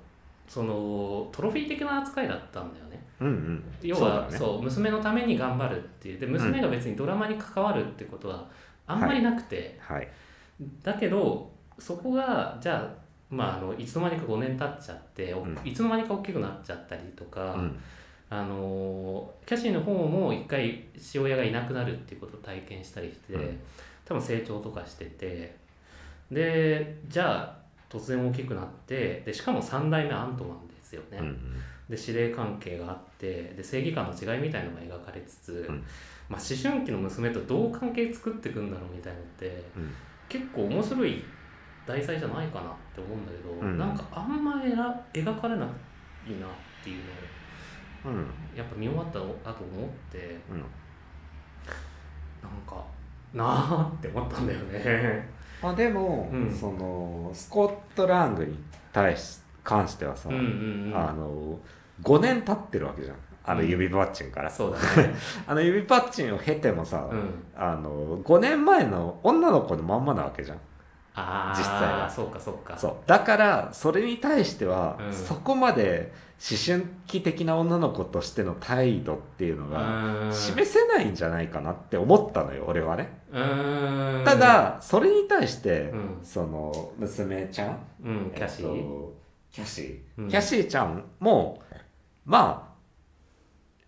Speaker 3: そのトロフィー的な扱いだったんだよね
Speaker 6: うんうん
Speaker 3: 要
Speaker 6: そうだ
Speaker 3: は
Speaker 6: よ
Speaker 3: そう,、
Speaker 6: ね
Speaker 3: 娘のために頑張るっていうで娘が別にドラマに関わるってことはあんまりなくて、
Speaker 6: はい
Speaker 3: だけどそこがじゃあ,、まあ、あのいつの間にか5年経っちゃって、お
Speaker 6: うん
Speaker 3: いつの間にか大きくなっちゃったりとか、
Speaker 6: うん
Speaker 3: あのキャシーの方も一回父親がいなくなるっていうことを体験したりして、
Speaker 6: うん
Speaker 3: 多分成長とかしててでじゃあ突然大きくなってでしかも3代目アントマンですよね。
Speaker 6: うんうん
Speaker 3: で指令関係があってで正義感の違いみたいのが描かれつつ、
Speaker 6: ん
Speaker 3: まあ、思春期の娘とどう関係作っていくんだろうみたいのって、
Speaker 6: うん
Speaker 3: 結構面白い題材じゃないかなって思うんだけど、
Speaker 6: うん
Speaker 3: なんかあんまえら描かれないなっていうのを
Speaker 6: うん
Speaker 3: やっぱ見終わった後思って
Speaker 6: うん
Speaker 3: なんかなあって思ったんだよ ね。
Speaker 6: まあでも、
Speaker 3: うん
Speaker 6: そのスコットランドに対し関してはさ、
Speaker 3: うんうんうん
Speaker 6: あの5年経ってるわけじゃんあの指パッチンから、
Speaker 3: そうだ ね、
Speaker 6: あの指パッチンを経てもさ、
Speaker 3: うん、
Speaker 6: あの5年前の女の子のまんまなわけじゃん
Speaker 3: ああ
Speaker 6: 実際は
Speaker 3: そうかそうか
Speaker 6: そうだからそれに対しては、
Speaker 3: うん
Speaker 6: そこまで思春期的な女の子としての態度っていうの
Speaker 3: う
Speaker 6: が
Speaker 3: ーん
Speaker 6: 示せないんじゃないかなって思ったのよ俺はね
Speaker 3: うーん
Speaker 6: ただそれに対して、
Speaker 3: うん
Speaker 6: その娘ちゃん
Speaker 3: うんキャシー、
Speaker 6: えっとキャシー
Speaker 3: うん
Speaker 6: キャシーちゃんも、まあ、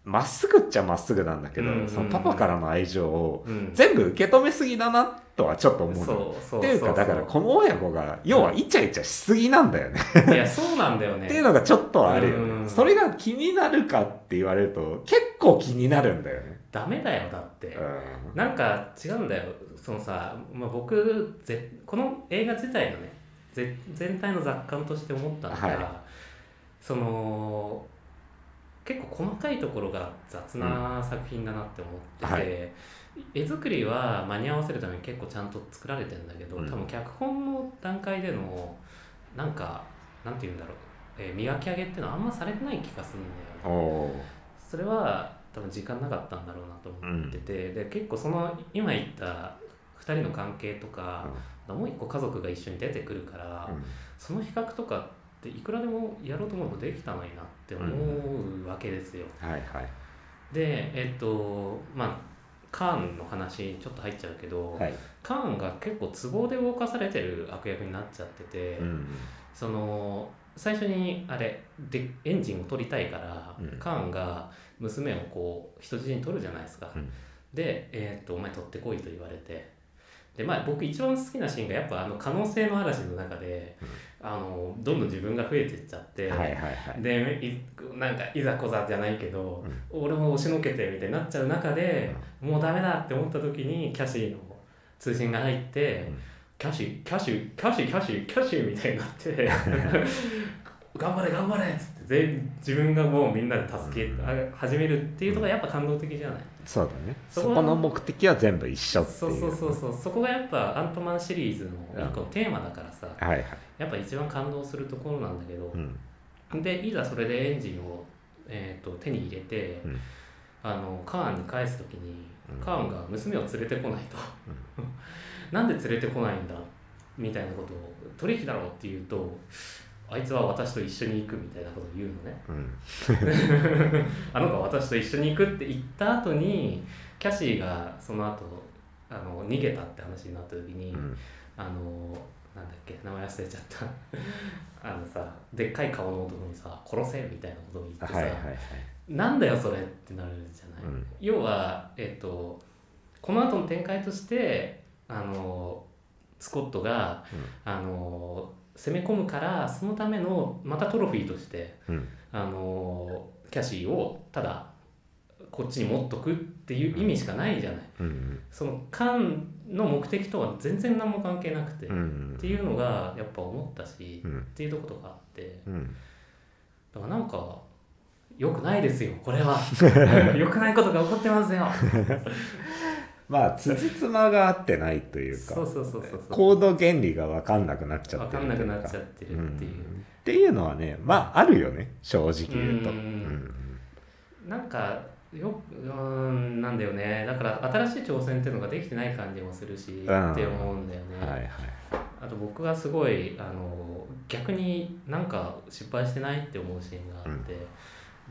Speaker 6: まっすぐっちゃまっすぐなんだけど、
Speaker 3: うんうんうん
Speaker 6: そのパパからの愛情を
Speaker 3: うん
Speaker 6: 全部受け止めすぎだなとはちょっと思うの
Speaker 3: そうそうそう
Speaker 6: っていうか、だからこの親子が、要はイチャイチャしすぎなんだよね。
Speaker 3: いやそうなんだよね
Speaker 6: っていうのがちょっとはあるよ
Speaker 3: うんう
Speaker 6: ね。
Speaker 3: ん
Speaker 6: それが気になるかって言われると、結構気になるんだよね。
Speaker 3: ダメだよだって、
Speaker 6: うん
Speaker 3: なんか違うんだよそのさ、まあ、僕ぜこの映画自体のねぜ全体の雑感として思ったのが、
Speaker 6: は
Speaker 3: その結構細かいところが雑な作品だなって思ってて、
Speaker 6: は
Speaker 3: 絵作りは間に合わせるために結構ちゃんと作られてんだけど、
Speaker 6: うん
Speaker 3: 多分脚本の段階でのなんかなんて言うんだろう、えー磨き上げっていうのはあんまされてない気がするんだよね。
Speaker 6: おー
Speaker 3: それは多分時間なかったんだろうなと思ってて、で結構その今言った2人の関係とか、もう一個家族が一緒に出てくるから、
Speaker 6: うん
Speaker 3: その比較とかっていくらでもやろうと思えばできたのになって思うわけですよ。
Speaker 6: はいはい。
Speaker 3: でえっとまあカーンの話ちょっと入っちゃうけど、
Speaker 6: はい。
Speaker 3: カーンが結構ツボで動かされてる悪役になっちゃってて、
Speaker 6: うん。
Speaker 3: その最初にあれでエンジンを取りたいから、
Speaker 6: うん
Speaker 3: カーンが娘をこう人質に取るじゃないですか、
Speaker 6: うん
Speaker 3: で、えーっと「お前取ってこい」と言われてでまあ僕一番好きなシーンがやっぱあの可能性の嵐の中で、あのどんどん自分が増えていっちゃって、
Speaker 6: はいはいはい
Speaker 3: でいなんかいざこざじゃないけど、俺も押しのけてみたいになっちゃう中で、もうダメだって思った時にキャシーの通信が入って、
Speaker 6: うん
Speaker 3: キャシーキャシーキャシーキャシーキャシーみたいになって頑張れ頑張れっつって全自分がもうみんなで助けあ始めるっていうとこがやっぱ感動的じゃない、
Speaker 6: そうだね
Speaker 3: そ
Speaker 6: そ
Speaker 3: こ
Speaker 6: この目的は全部一緒っていう
Speaker 3: そうそうそうそうそこがやっぱアントマンシリーズの一個のテーマだからさ、
Speaker 6: はいはい
Speaker 3: やっぱ一番感動するところなんだけど、
Speaker 6: うん
Speaker 3: でいざそれでエンジンを、えー、と手に入れて、
Speaker 6: うん
Speaker 3: あのカーンに返す時に、
Speaker 6: うん
Speaker 3: カーンが娘を連れてこないと、 なんで連れてこないんだみたいなことを取引だろうって言うとあいつは私と一緒に行くみたいなことを言うの
Speaker 6: う
Speaker 3: ね
Speaker 6: ん
Speaker 3: あの子は私と一緒に行くって言った後にキャシーがその後あの逃げたって話になった時に、
Speaker 6: うん
Speaker 3: あのなんだっけ名前忘れちゃった あのさでっかい顔の男にさ殺せみたいなことを言ってさ、
Speaker 6: はいはいはい
Speaker 3: なんだよそれってなるじゃない、
Speaker 6: うん
Speaker 3: 要はえっ、とこの後の展開としてあのスコットが、あの攻め込むからそのためのまたトロフィーとして
Speaker 6: うん
Speaker 3: あのキャシーをただこっちに持っとくっていう意味しかないじゃない、
Speaker 6: うん
Speaker 3: その缶の目的とは全然何も関係なくて、
Speaker 6: うんうん
Speaker 3: っていうのがやっぱ思ったし、
Speaker 6: う
Speaker 3: っ
Speaker 6: ん
Speaker 3: ていうとことかあって
Speaker 6: うん
Speaker 3: だからなんか良くないですよこれは良くないことが起こってますよ
Speaker 6: まあ辻褄が合ってないというか
Speaker 3: そうそうそうそうそう
Speaker 6: 行動原理が分かんなくなっちゃ
Speaker 3: 分
Speaker 6: って
Speaker 3: か
Speaker 6: る
Speaker 3: んな
Speaker 6: と
Speaker 3: く
Speaker 6: いう
Speaker 3: なっちゃってるっていう、
Speaker 6: んっていうのはねまああるよね正直言うと
Speaker 3: うんなんかようーんなんだよねだから新しい挑戦っていうのができてない感じもするし、
Speaker 6: ん
Speaker 3: って思うんだよ
Speaker 6: う
Speaker 3: ね、
Speaker 6: んはいはい
Speaker 3: あと僕がすごいあの逆になんか失敗してないって思うシーンがあって、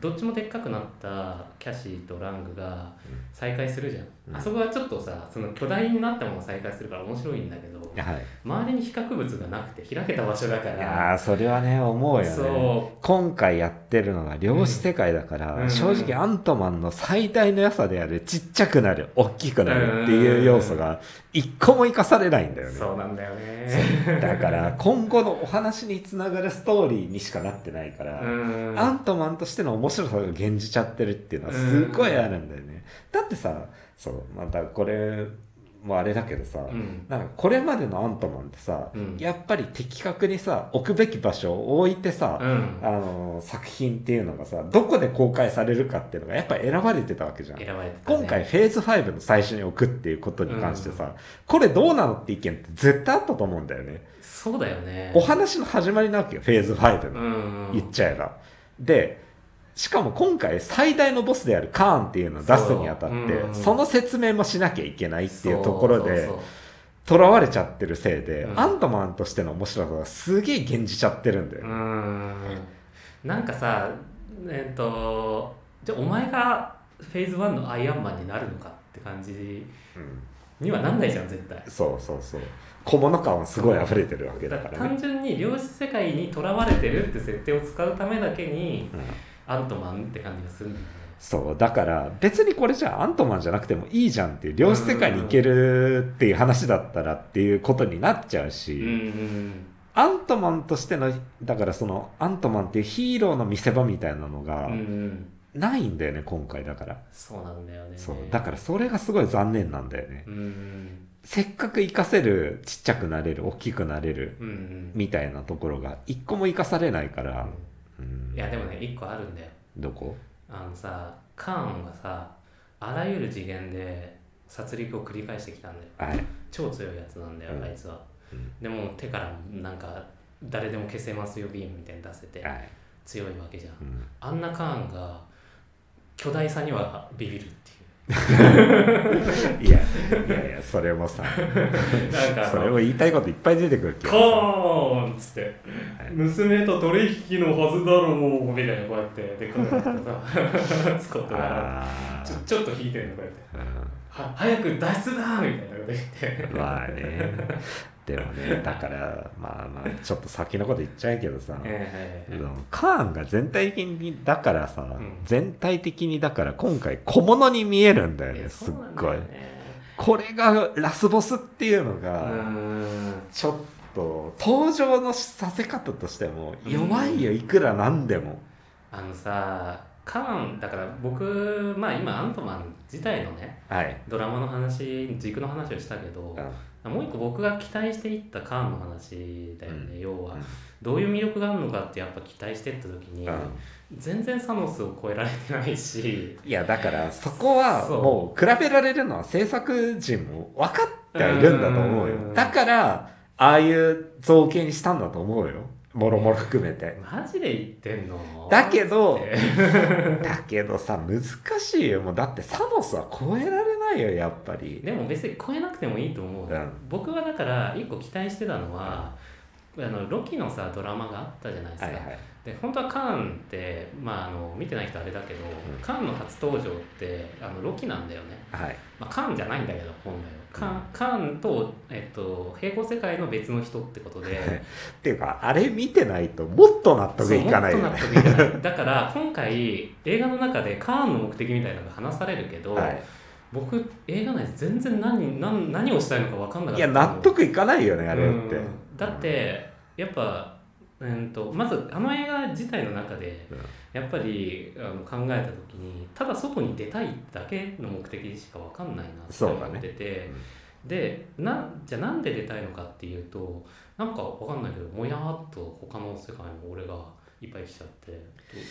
Speaker 3: どっちもでっかくなったキャシーとラングが
Speaker 6: うん
Speaker 3: 再会するじゃん、
Speaker 6: うん
Speaker 3: あそこはちょっとさその巨大になったものを再会するから面白いんだけど
Speaker 6: はい
Speaker 3: 周りに比較物がなくて開けた場所だか
Speaker 6: いや
Speaker 3: ら
Speaker 6: ーそれはね思うよね
Speaker 3: そ
Speaker 6: 今回やってるのが量子世界だから、
Speaker 3: うん
Speaker 6: 正直アントマンの最大の良さであるちっちゃくなる大きくなるっていう要素が一個も生かされないんだよ
Speaker 3: う
Speaker 6: ね
Speaker 3: そうなんだよね
Speaker 6: だから今後のお話につながるストーリーにしかなってないから、
Speaker 3: うん
Speaker 6: アントマンとしての面白さが現じちゃってるっていうのはすごいあるんだよね、だってさそうまたこれもあれだけどさ、
Speaker 3: うん
Speaker 6: なんかこれまでのアントマンってさ、
Speaker 3: うん
Speaker 6: やっぱり的確にさ置くべき場所を置いてさ、
Speaker 3: うん
Speaker 6: あの作品っていうのがさどこで公開されるかっていうのがやっぱ選ばれてたわけじゃん、
Speaker 3: 選ばれてたね
Speaker 6: 今回フェーズ5の最初に置くっていうことに関してさ、これどうなのって意見って絶対あったと思うんだよね、
Speaker 3: そうだよね
Speaker 6: お話の始まりなわけよフェーズ5
Speaker 3: う
Speaker 6: の、
Speaker 3: ん
Speaker 6: 言っちゃえばでしかも今回最大のボスであるカーンっていうのを出すにあたって
Speaker 3: そう
Speaker 6: そ,、
Speaker 3: うん
Speaker 6: の説明もしなきゃいけないっていうところで
Speaker 3: そうそう
Speaker 6: 囚われちゃってるせいで、
Speaker 3: うん
Speaker 6: アントマンとしての面白さがすげえ現じちゃってるんだよ
Speaker 3: う
Speaker 6: ね、
Speaker 3: んなんかさえっ、とじゃあお前がフェーズ1のアイアンマンになるのかって感じにはなんないじゃん絶対
Speaker 6: そうそうそう小物感はすごい溢れてるわけだからね
Speaker 3: 単純に量子世界にとらわれてるって設定を使うためだけに
Speaker 6: うん
Speaker 3: アントマンって感じがするんだよね
Speaker 6: そうだから別にこれじゃあアントマンじゃなくてもいいじゃんっていう量子世界に行けるっていう話だったらっていうことになっちゃうし、
Speaker 3: うん
Speaker 6: アントマンとしてのだからそのアントマンっていうヒーローの見せ場みたいなの
Speaker 3: うんう
Speaker 6: が
Speaker 3: んうん
Speaker 6: ないんだよね、今回だから、
Speaker 3: そうなんだよね
Speaker 6: そうだからそれがすごい残念なんだよね、
Speaker 3: うん
Speaker 6: せっかく活かせるちっちゃくなれる大きくなれる
Speaker 3: うんうん
Speaker 6: みたいなところが一個も活かされないから、うん
Speaker 3: いやでもね一個あるんだよ
Speaker 6: どこ
Speaker 3: あのさカーンがさあらゆる次元で殺戮を繰り返してきたんだよ
Speaker 6: はい
Speaker 3: 超強いやつなんだよ、
Speaker 6: うん
Speaker 3: あいつは、
Speaker 6: うん
Speaker 3: でも手からなんか誰でも消せますよビームみたいに出せて
Speaker 6: はい、
Speaker 3: 強いわけじゃん
Speaker 6: うん
Speaker 3: あんなカーンが巨大さにはビビるってい
Speaker 6: いやいやいやそれも さ
Speaker 3: うなんかあ
Speaker 6: それ
Speaker 3: の
Speaker 6: も言いたいこといっぱい出てくるけど
Speaker 3: カ
Speaker 6: さ
Speaker 3: ーンっつって、娘と取引のはずだろうみたいなこうやってでっかくなってさ スコットが
Speaker 6: あ
Speaker 3: ちょちょっと引いてるのこうやって
Speaker 6: ーうん
Speaker 3: は早く脱出だみたいなこと言って
Speaker 6: まあねってはねだからまあまあちょっと先のこと言っちゃうけどさ、
Speaker 3: ええええええ
Speaker 6: うんカーンが全体的にだからさ、
Speaker 3: ん
Speaker 6: 全体的にだから今回小物に見えるんだよ
Speaker 3: い
Speaker 6: ね
Speaker 3: や
Speaker 6: す
Speaker 3: そ
Speaker 6: っ
Speaker 3: うなんだ
Speaker 6: ごい
Speaker 3: よね
Speaker 6: これがラスボスっていうの
Speaker 3: う
Speaker 6: が、
Speaker 3: ん
Speaker 6: ちょっと登場のさせ方としても弱いよ、いくらなんでも
Speaker 3: あのさカーンだから僕まあ今アントマン自体のね
Speaker 6: はい、
Speaker 3: ドラマの話軸の話をしたけどもう一個僕が期待していったカーンの話だよね、
Speaker 6: うん
Speaker 3: 要は
Speaker 6: うん
Speaker 3: どういう魅力があるのかってやっぱ期待してった時に、
Speaker 6: うん
Speaker 3: 全然サノスを超えられてないし
Speaker 6: いやだからそこは
Speaker 3: そう
Speaker 6: もう比べられるのは制作陣も分かってはいるんだと思うよ
Speaker 3: うん
Speaker 6: だからああいう造形にしたんだと思うよもろもろ含めて
Speaker 3: マジで言ってんの
Speaker 6: だけど
Speaker 3: って
Speaker 6: だけどさ難しいよもうだってサノスは超えられないよやっぱり
Speaker 3: でも別に超えなくてもいいと思う、
Speaker 6: うん
Speaker 3: 僕はだから一個期待してたのは、あのロキのさドラマがあったじゃないですか、
Speaker 6: はいはい
Speaker 3: で本当はカーンって、まあ、あの見てない人あれだけど、
Speaker 6: ん
Speaker 3: カーンの初登場ってあのロキなんだよね、
Speaker 6: はい
Speaker 3: まあ、カーンじゃないんだけど本来はカーン,、カーンと、えっと、平行世界の別の人ってことで
Speaker 6: っていうかあれ見てないともっと納 得いかないよ
Speaker 3: そうもっ
Speaker 6: ね
Speaker 3: と納得いかないだから今回映画の中でカーンの目的みたいなのが話されるけど、
Speaker 6: はい
Speaker 3: 僕映画内で全然何何何をしたいのか分かんなかった
Speaker 6: いや納得いかないよねあれっ
Speaker 3: う
Speaker 6: て
Speaker 3: んだってやっぱうんとまずあの映画自体の中で
Speaker 6: うん
Speaker 3: やっぱりあの考えた時にただ外に出たいだけの目的しか分かんないなって
Speaker 6: そう
Speaker 3: 思
Speaker 6: だね
Speaker 3: ってて、でなじゃあなんで出たいのかっていうとなんか分かんないけどもやーっと他の世界の俺がいっぱい来ちゃって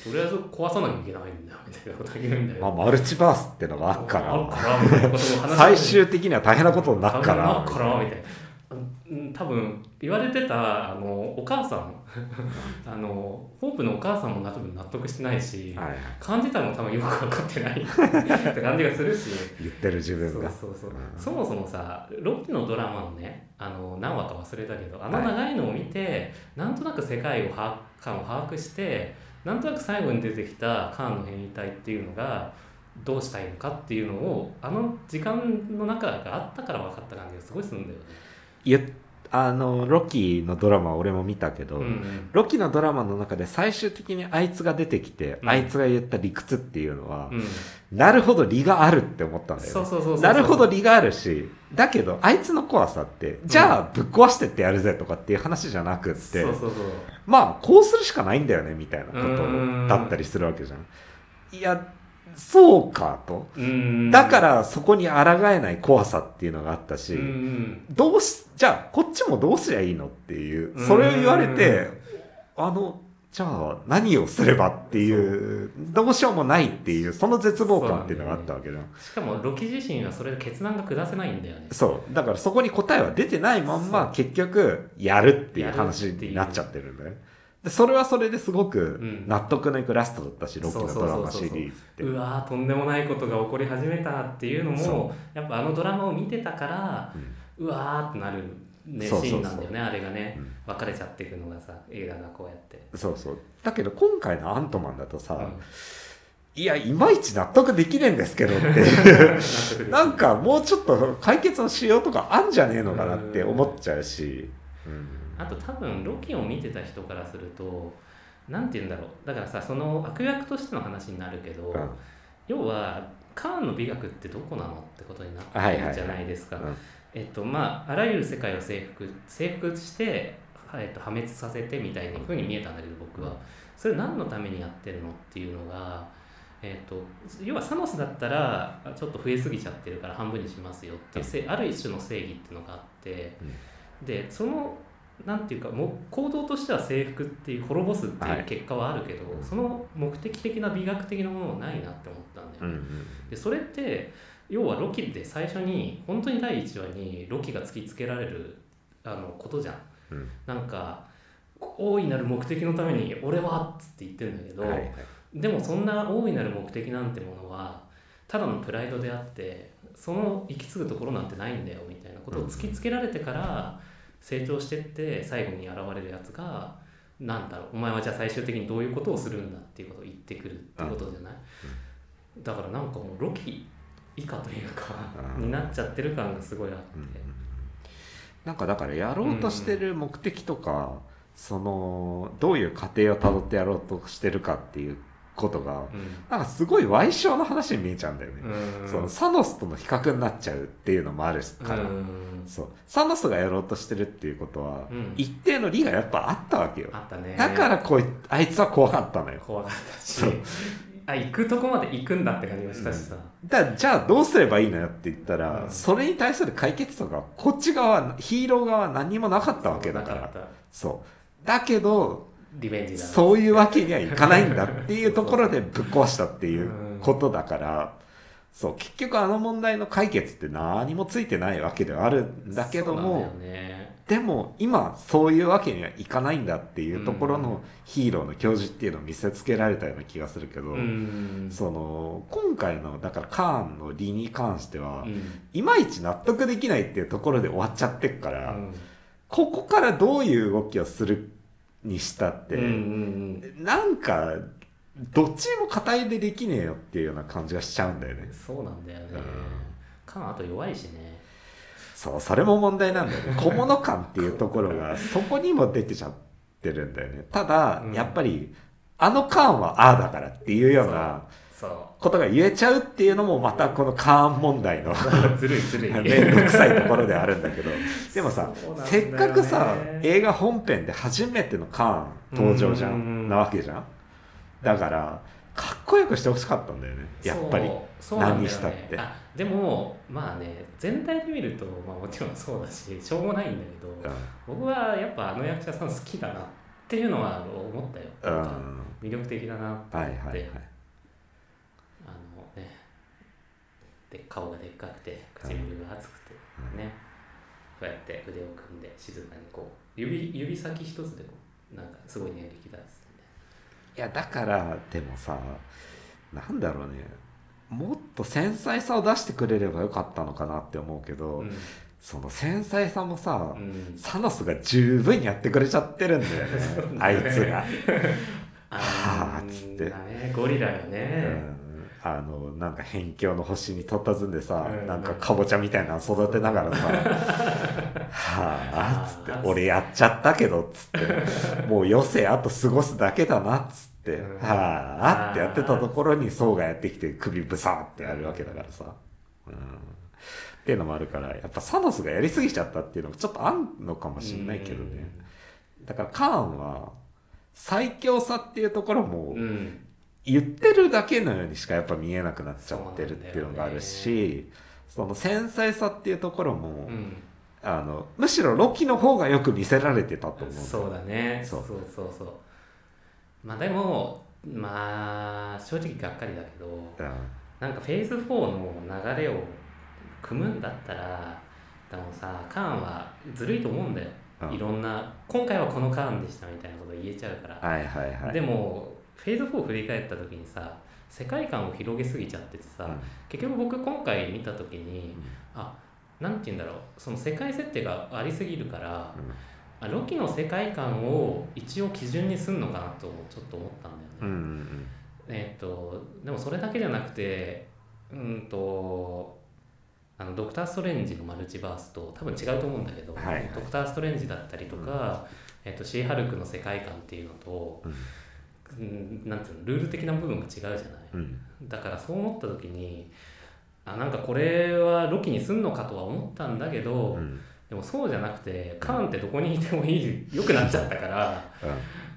Speaker 3: ととりあえず壊さなきゃいけないんだみたいなことだけ言うんだよ。
Speaker 6: まあ、マルチバースってのがあっか
Speaker 3: あっ
Speaker 6: ら
Speaker 3: からみたいなことを話して
Speaker 6: 最終的には大変なことになっか
Speaker 3: な
Speaker 6: ら
Speaker 3: っからみたいな。うん多分言われてたあのお母さん あのホープのお母さんも多分納得してないし、
Speaker 6: はい、
Speaker 3: 感じたのも多分よく分かってないって感じがするし
Speaker 6: 言ってる自
Speaker 3: そう
Speaker 6: 分が
Speaker 3: そうそう、
Speaker 6: うん
Speaker 3: そもそもさロッキのドラマのねあの何話か忘れたけどあの長いのを見て、なんとなく世界を把握感を把握してなんとなく最後に出てきたカーンの変異体っていうのがどうしたいのかっていうのをあの時間の中があったから分かった感じがすごいするんだよね。
Speaker 6: ゆあのロキのドラマ俺も見たけど、
Speaker 3: うん
Speaker 6: ロキのドラマの中で最終的にあいつが出てきて、
Speaker 3: うん
Speaker 6: あいつが言った理屈っていうのは
Speaker 3: う、ん、
Speaker 6: なるほど理があるって思ったんだよね、
Speaker 3: そうそうそうそう
Speaker 6: なるほど理があるしだけどあいつの怖さってじゃあぶっ壊してってやるぜとかっていう話じゃなくって、
Speaker 3: そうそうそう
Speaker 6: まあこうするしかないんだよねみたいなこ
Speaker 3: うん
Speaker 6: とだったりするわけじゃん。いやそうかと
Speaker 3: うん
Speaker 6: だからそこに抗えない怖さっていうのがあったし、
Speaker 3: うん
Speaker 6: どうしじゃあこっちもどうすりゃいいのっていう
Speaker 3: うん
Speaker 6: それを言われてあのじゃあ何をすればっていうどうしようもないっていうその絶望感っていうのがあったわけじゃん
Speaker 3: しかもロキ自身はそれで決断が下せないんだよね。
Speaker 6: そうだからそこに答えは出てないまんま結局やるっていう話になっちゃってるんだよねでそれはそれですごく
Speaker 3: うん
Speaker 6: 納得のいくラストだったし、ロッキーのドラマシリーズって
Speaker 3: うわーとんでもないことが起こり始めたっていうのも
Speaker 6: そ
Speaker 3: やっぱあのドラマを見てたから
Speaker 6: うん
Speaker 3: うわーってなる、ね、シ
Speaker 6: そうそうそう
Speaker 3: ーンなんだよねあれがね
Speaker 6: うん
Speaker 3: 別れちゃっていくのがさ映画がこうやって。
Speaker 6: そうそうだけど今回の「アントマン」だとさ、
Speaker 3: うん
Speaker 6: いやいまいち納得できねえんですけどって いう なんかもうちょっと解決のしようとかあんじゃねえのかなって思っちゃうし、うん
Speaker 3: あと多分ロキを見てた人からするとなんて言うんだろうだからさその悪役としての話になるけど、
Speaker 6: うん
Speaker 3: 要はカーンの美学ってどこなのってことになって
Speaker 6: はいはいは
Speaker 3: る
Speaker 6: い
Speaker 3: じゃないですか。
Speaker 6: うん
Speaker 3: えっとまあ、あらゆる世界を征服征服して、はえっと、破滅させてみたいな風に見えたんだけど僕はそれ何のためにやってるのっていうのが、えっと、要はサノスだったらちょっと増えすぎちゃってるから半分にしますよっていうせある一種の正義っていうのがあって、でそのなんていうかもう行動としては征服っていう滅ぼすって
Speaker 6: はいいう
Speaker 3: 結果はあるけど、その目的的な美学的なものはないなって思ったんだよね。
Speaker 6: うんうん
Speaker 3: でそれって要はロキって最初に本当に第1話にロキが突きつけられるあのことじゃん、
Speaker 6: うん
Speaker 3: なんか大いなる目的のために「俺は!」っつって言ってるんだけど、
Speaker 6: はいはい
Speaker 3: でもそんな大いなる目的なんてものはただのプライドであってその行き継ぐところなんてないんだよみたいなことを突きつけられてから成長してって最後に現れるやつがなんだろうお前はじゃあ最終的にどういうことをするんだっていうことを言ってくるってことじゃないだからなんかもうロキ以下というか
Speaker 6: うん
Speaker 3: になっちゃってる感がすごいあって
Speaker 6: うんなんかだからやろうとしてる目的とか、そのどういう過程をたどってやろうとしてるかっていうことが、なんかすごい歪償の話に見えちゃうんだよね、
Speaker 3: うん
Speaker 6: そのサノスとの比較になっちゃうっていうのもあるから、
Speaker 3: うん
Speaker 6: そうサノスがやろうとしてるっていうことは、
Speaker 3: うん
Speaker 6: 一定の理がやっぱあったわけよ
Speaker 3: あったね
Speaker 6: だからこいあいつは怖かったのよ
Speaker 3: 怖かったし
Speaker 6: そう
Speaker 3: あ行くとこまで行くんだって感じがしたしさ、
Speaker 6: だからじゃあどうすればいいのよって言ったら、
Speaker 3: うん
Speaker 6: それに対する解決とかこっち側ヒーロー側何もなかったわけだから
Speaker 3: なった
Speaker 6: そうだけど
Speaker 3: リベンジだ
Speaker 6: そういうわけにはいかないんだっていうところでぶっ壊したっていうことだから、そう結局あの問題の解決って何もついてないわけではあるんだけども、
Speaker 3: そうなんだよね
Speaker 6: でも今そういうわけにはいかないんだっていうところのヒーローの教授っていうのを見せつけられたような気がするけど、
Speaker 3: うん
Speaker 6: その今回のだからカーンの理に関しては、
Speaker 3: うん
Speaker 6: いまいち納得できないっていうところで終わっちゃってっか
Speaker 3: う
Speaker 6: ら、
Speaker 3: ん
Speaker 6: ここからどういう動きをするにしたって、
Speaker 3: うんうん
Speaker 6: なんかどっちも固いでできねえよっていうような感じがしちゃうんだよね
Speaker 3: うんそうなんだよね、
Speaker 6: うん
Speaker 3: カンあと弱いしね
Speaker 6: そうそれも問題なんだよ ね小物感っていうところがそこにも出てちゃってるんだよねただ、
Speaker 3: うん
Speaker 6: やっぱりあの感はああだからっていうような
Speaker 3: そ
Speaker 6: ことが言えちゃうっていうのもまたこのカーン問題の
Speaker 3: う ずるいずるい
Speaker 6: 面倒くさいところではあるんだ けどでもさ、
Speaker 3: そうなんだよね
Speaker 6: せっかくさ映画本編で初めてのカーン登場じゃ
Speaker 3: うんうんうん
Speaker 6: んなわけじゃんだからかっこよくしてほしかったんだよねやっぱり
Speaker 3: そうそうなんだよね
Speaker 6: 何したって
Speaker 3: あでもまあね全体で見ると、まあ、もちろんそうだししょうもないんだけど、僕はやっぱあの役者さん好きだなっていうのは思ったよ、
Speaker 6: うん、うんは
Speaker 3: なんか魅力的だなあの
Speaker 6: いはいはい
Speaker 3: でねで顔がでっかくて唇が厚くて
Speaker 6: うん
Speaker 3: ね、こうやって腕を組んで静かにこう指指先一つでこうなんかすごいね力だっすね
Speaker 6: いやだからでもさなんだろうねもっと繊細さを出してくれればよかったのかなって思うけど、
Speaker 3: うん
Speaker 6: その繊細さもさ、
Speaker 3: うん
Speaker 6: サノスが十分やってくれちゃってるんだよ ねあいつが、
Speaker 3: あ
Speaker 6: はあ
Speaker 3: の
Speaker 6: っつって
Speaker 3: だねゴリラが
Speaker 6: う
Speaker 3: ね、
Speaker 6: ん、あのなんか辺境の星にたずんでさ、
Speaker 3: うん
Speaker 6: なんかかぼちゃみたいなの育てながらさ「はあ」っつって「
Speaker 3: あー
Speaker 6: 俺やっちゃったけど」っつ って「もう余生あと過ごすだけだな」っつって「
Speaker 3: うん
Speaker 6: はあ」ってやってたところにソウがやってきて首ブサーってやるわけだからさ。うんっていうのもあるからやっぱサノスがやりすぎちゃったっていうのもちょっとあんのかもしれないけどねだからカーンは最強さっていうところも、
Speaker 3: うん、うん
Speaker 6: 言ってるだけのようにしかやっぱ見えなくなっちゃってるっていうのがあるしそ,、の繊細さっていうところも、
Speaker 3: うん
Speaker 6: あのむしろロキの方がよく見せられてたと思う
Speaker 3: そうだねそ
Speaker 6: そうう
Speaker 3: そうそうそうまあでもまあ正直がっかりだけど
Speaker 6: うん
Speaker 3: なんかフェーズ4の流れを組むんだったらでもさカーンはずるいと思うんだよ、
Speaker 6: うん
Speaker 3: いろんな今回はこのカーンでしたみたいなこと言えちゃうから、
Speaker 6: はいはいはい
Speaker 3: でもフェーズ4振り返った時にさ世界観を広げすぎちゃっててさ、
Speaker 6: うん
Speaker 3: 結局僕今回見た時に、
Speaker 6: うん
Speaker 3: あなんて言うんだろうその世界設定がありすぎるから
Speaker 6: う、ん
Speaker 3: あロキの世界観を一応基準にすんのかなともちょっと思ったん
Speaker 6: う
Speaker 3: だ
Speaker 6: ん
Speaker 3: よ
Speaker 6: う
Speaker 3: ね、
Speaker 6: ん
Speaker 3: えっとでもそれだけじゃなくてうんとあのドクター・ストレンジのマルチバースと多分違うと思うんだけど、
Speaker 6: はいはい
Speaker 3: ドクター・ストレンジだったりとか、えっとシー・ハルクの世界観っていうのと、うん、なんていうのルール的な部分が違うじゃない、
Speaker 6: うんうん
Speaker 3: だからそう思った時にあなんかこれはロキにすんのかとは思ったんだけど、
Speaker 6: うんうん
Speaker 3: でもそうじゃなくてカーンってどこにいてもいいよくなっちゃったから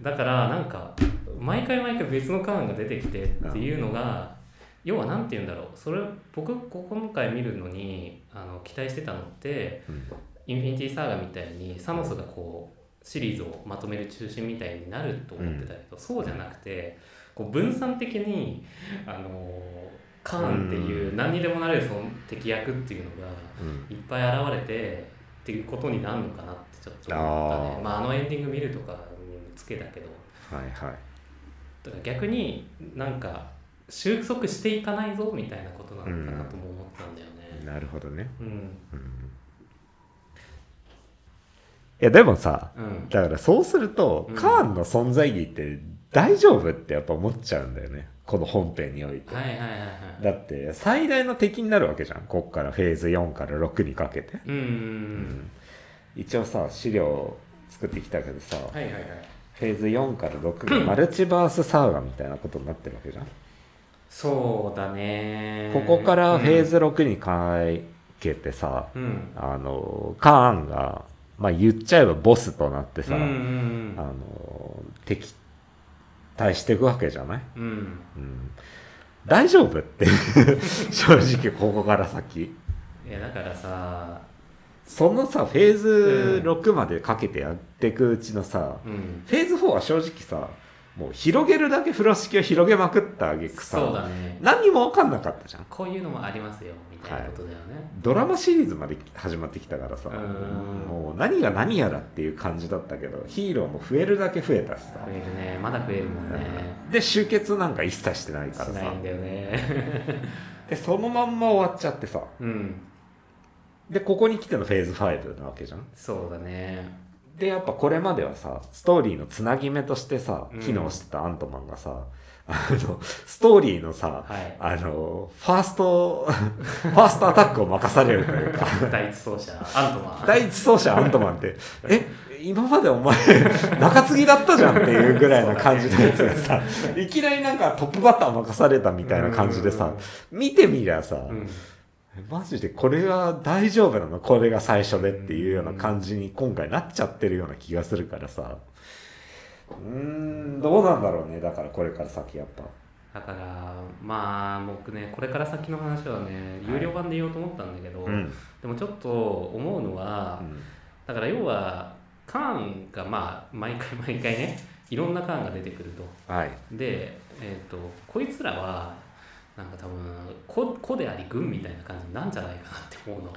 Speaker 3: だからなんか毎回毎回別のカーンが出てきてっていうのが要は何て言うんだろうそれ僕今回見るのにあの期待してたのって
Speaker 6: うん
Speaker 3: インフィニティサーガみたいにサノスがこうシリーズをまとめる中心みたいになると思ってたけど、そうじゃなくてこう分散的にあのカーンっていう何にでもなれるその敵役っていうのが。
Speaker 6: うん
Speaker 3: いっぱい現れてっていうことになるのかなってちょっと思ったね
Speaker 6: あー
Speaker 3: まあ、あのエンディング見るとかにつけだけど
Speaker 6: はいはい
Speaker 3: だから逆になんか収束していかないぞみたいなことなのかなとも思ったんだよね。
Speaker 6: なるほどね
Speaker 3: うん
Speaker 6: いやでもさ
Speaker 3: うん
Speaker 6: だからそうすると、
Speaker 3: うん
Speaker 6: カーンの存在意義って大丈夫ってやっぱ思っちゃうんだよねこの本編において
Speaker 3: はいはいはいはい。
Speaker 6: だって最大の敵になるわけじゃんこっからフェーズ4から6にかけて
Speaker 3: うんうん
Speaker 6: 一応さ資料を作ってきたけどさ、
Speaker 3: はいはいはい
Speaker 6: フェーズ4から6がマルチバースサウガみたいなことになってるわけじゃん、
Speaker 3: そうだね
Speaker 6: ここからフェーズ6に変えてさ、
Speaker 3: うん、うん
Speaker 6: あのカーンが、まあ、言っちゃえばボスとなってさ、
Speaker 3: うん
Speaker 6: あの敵対していくわけじゃない、
Speaker 3: うんうん
Speaker 6: うん、大丈夫って 正直ここから先
Speaker 3: いやだからさ
Speaker 6: そのさフェーズ
Speaker 3: うん
Speaker 6: 6までかけてやっていくうちのさ、
Speaker 3: うん
Speaker 6: フェーズ4は正直さもう広げるだけ風呂敷を広げまくったあげく
Speaker 3: そう
Speaker 6: さ
Speaker 3: だね
Speaker 6: 何にも分かんなかったじゃん
Speaker 3: こういうのもありますよみたいなことだよね、
Speaker 6: ドラマシリーズまで始まってきたからさ
Speaker 3: うん
Speaker 6: もう何が何やらっていう感じだったけどヒーローも増えるだけ増えたしさ
Speaker 3: 増えるねまだ増えるもんね
Speaker 6: で集結なんか一切してない
Speaker 3: し
Speaker 6: から
Speaker 3: ない
Speaker 6: さ
Speaker 3: んだよ ね
Speaker 6: でそのまんま終わっちゃってさ
Speaker 3: うん
Speaker 6: でここに来てのフェーズ5なわけじゃん
Speaker 3: そうだね
Speaker 6: でやっぱこれまではさストーリーのつなぎ目としてさ
Speaker 3: うん
Speaker 6: 機能してたアントマンがさ、あのストーリーのさ
Speaker 3: はい
Speaker 6: あのファースト ファーストアタックを任されるというか
Speaker 3: 第一走 者アントマン
Speaker 6: 第一走者アントマン って、え、今までお前、 中継ぎだったじゃんっていうぐらいな感じのやつがさ、いきなりなんかトップバッター任されたみたいな感じでさ、見てみりゃさ、
Speaker 3: うん
Speaker 6: マジでこれは大丈夫なのこれが最初でっていうような感じに今回なっちゃってるような気がするからさ、うーん、どうなんだろうね。だからこれから先やっぱ。
Speaker 3: だからまあ僕ねこれから先の話はね
Speaker 6: はい
Speaker 3: 有料版で言おうと思ったんだけど、
Speaker 6: うん。
Speaker 3: でもちょっと思うのは、だから要はカーンがまあ毎回毎回ねいろんなカーンが出てくると
Speaker 6: はい。
Speaker 3: で、えー、とこいつらはなんか多分子子であり軍みたいな感じなんじゃないかなって思うの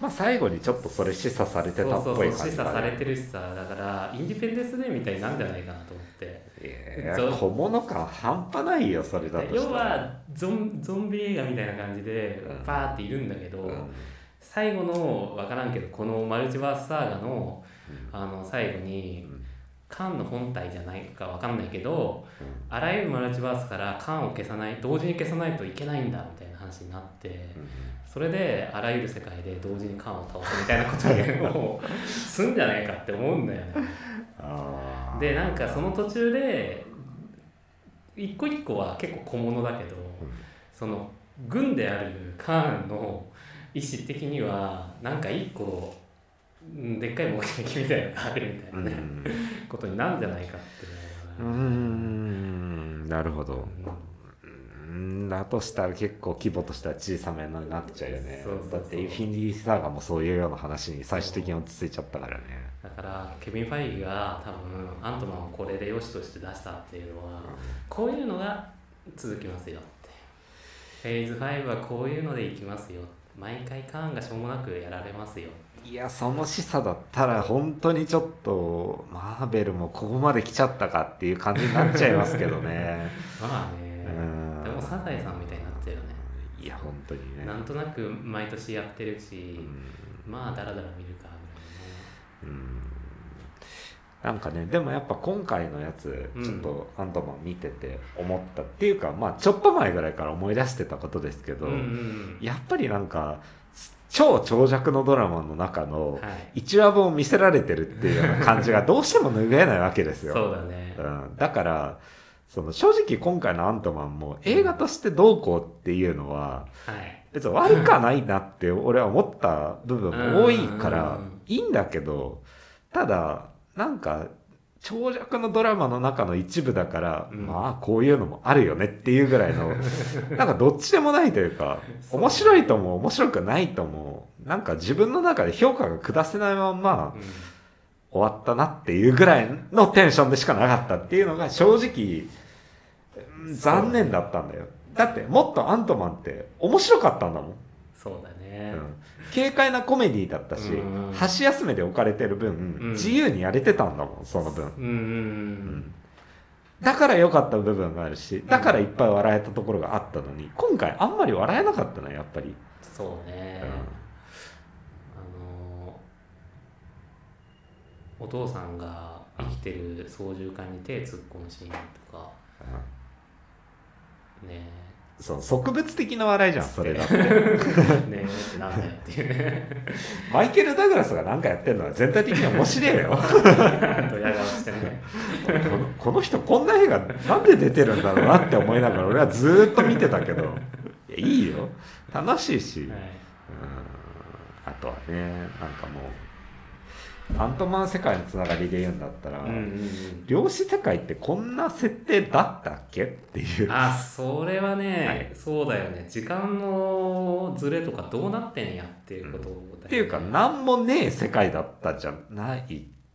Speaker 6: まあ最後にちょっとそれ示唆されてたっ
Speaker 3: そう
Speaker 6: ぽい
Speaker 3: そうそ
Speaker 6: 感じ
Speaker 3: う示
Speaker 6: だ
Speaker 3: 唆
Speaker 6: ね
Speaker 3: されてるしさだからインディペンデンスデーみたいになんじゃないかなと思って
Speaker 6: いや
Speaker 3: そう
Speaker 6: 小物感半端ないよそれだと
Speaker 3: 要
Speaker 6: したら
Speaker 3: はゾンゾンビ映画みたいな感じで
Speaker 6: うん
Speaker 3: バーっているんだけど、
Speaker 6: うん
Speaker 3: 最後の分からんけどこのマルチバースサーガのあの最後に
Speaker 6: うん
Speaker 3: カンの本体じゃないか分かんないけどあらゆるマルチバースからカンを消さない同時に消さないといけないんだみたいな話になってそれであらゆる世界で同時にカンを倒すみたいなこと をもうすんじゃないかって思うんだよね。
Speaker 6: あー
Speaker 3: でなんかその途中で一個一個は結構小物だけど、その軍であるカーンの意思的にはなんか一個うんでっかい目的みたいなのがあるみたいうなね、
Speaker 6: ん
Speaker 3: ことになるんじゃないかって
Speaker 6: うー
Speaker 3: 思うよね
Speaker 6: んなるほど
Speaker 3: うん
Speaker 6: うんだとしたら結構規模としては小さめになっちゃうよね
Speaker 3: そうそうそう
Speaker 6: だってインフィニティサーガもそういうような話に最終的に落ち着いちゃったからね
Speaker 3: だからケビン・ファイギが多分アントマンをこれで良しとして出したっていうのはこういうのが続きますよってフェーズ5はこういうのでいきますよ毎回カーンがしょうもなくやられますよ
Speaker 6: いやその示唆だったら本当にちょっとマーベルもここまで来ちゃったかっていう感じになっちゃいますけど ね
Speaker 3: まあ
Speaker 6: う
Speaker 3: ね
Speaker 6: ん
Speaker 3: でもサザエさんみたいになっちゃうよね
Speaker 6: いや本当にね
Speaker 3: なんとなく毎年やってるし
Speaker 6: う、ん
Speaker 3: まあだらだら見るか
Speaker 6: うんなんかねでもやっぱ今回のやつ
Speaker 3: うん
Speaker 6: ちょっとアントマン見てて思ったっていうか、まあちょっと前ぐらいから思い出してたことですけど、
Speaker 3: ぐらいのねうん
Speaker 6: やっぱりなんか超長尺のドラマの中
Speaker 3: うんう
Speaker 6: の
Speaker 3: んはい
Speaker 6: 1話分を見せられてるっていうような感じがどうしても拭えないわけです
Speaker 3: そ
Speaker 6: よ。
Speaker 3: うだね
Speaker 6: うん、だからその正直今回のアントマンも映画としてどうこうっていうのは
Speaker 3: はい
Speaker 6: 別に悪くはないなって俺は思った部分も多いか
Speaker 3: う
Speaker 6: ら
Speaker 3: ん
Speaker 6: いいんだけどただなんか長尺のドラマの中の一部だから、
Speaker 3: うん
Speaker 6: まあこういうのもあるよねっていうぐらい のなんかどっちでもないというか面白いとも面白くないともなんか自分の中で評価が下せないまんま
Speaker 3: うん
Speaker 6: 終わったなっていうぐらいのテンションでしかなかったっていうのが正直うん残念だったんだよだってもっとアントマンって面白かったんだもん
Speaker 3: そうだね
Speaker 6: うん軽快なコメディだったし
Speaker 3: うん
Speaker 6: 箸休めで置かれてる分、
Speaker 3: ん
Speaker 6: 自由にやれてたんだもんその分、
Speaker 3: うんうんうん
Speaker 6: だから良かった部分があるしだからいっぱい笑えたところがあったのに今回あんまり笑えなかったなやっぱり、
Speaker 3: そうね
Speaker 6: うん
Speaker 3: あのお父さんが生きてる操縦桿に手突っ込むシーンとかね
Speaker 6: そう植物的な笑いじゃんそれだって
Speaker 3: ねえなんだよっ ていうね
Speaker 6: マイケル・ダグラスが何かやってるのは全体的に面白いよ
Speaker 3: ドヤ顔してね
Speaker 6: このこの人こんな映画なんで出てるんだろうなって思いながら俺はずーっと見てたけどいやいいよ楽しいし、うん
Speaker 3: はい
Speaker 6: あとはねなんかもうアントマン世界のつながりで言うんだったら、
Speaker 3: うんうん、
Speaker 6: 量子世界ってこんな設定だったっけっていううん
Speaker 3: あそれはね、
Speaker 6: はい
Speaker 3: そうだよね時間のズレとかどうなってんやっていうことだよね、
Speaker 6: っていうか何もねえ世界だったじゃないっ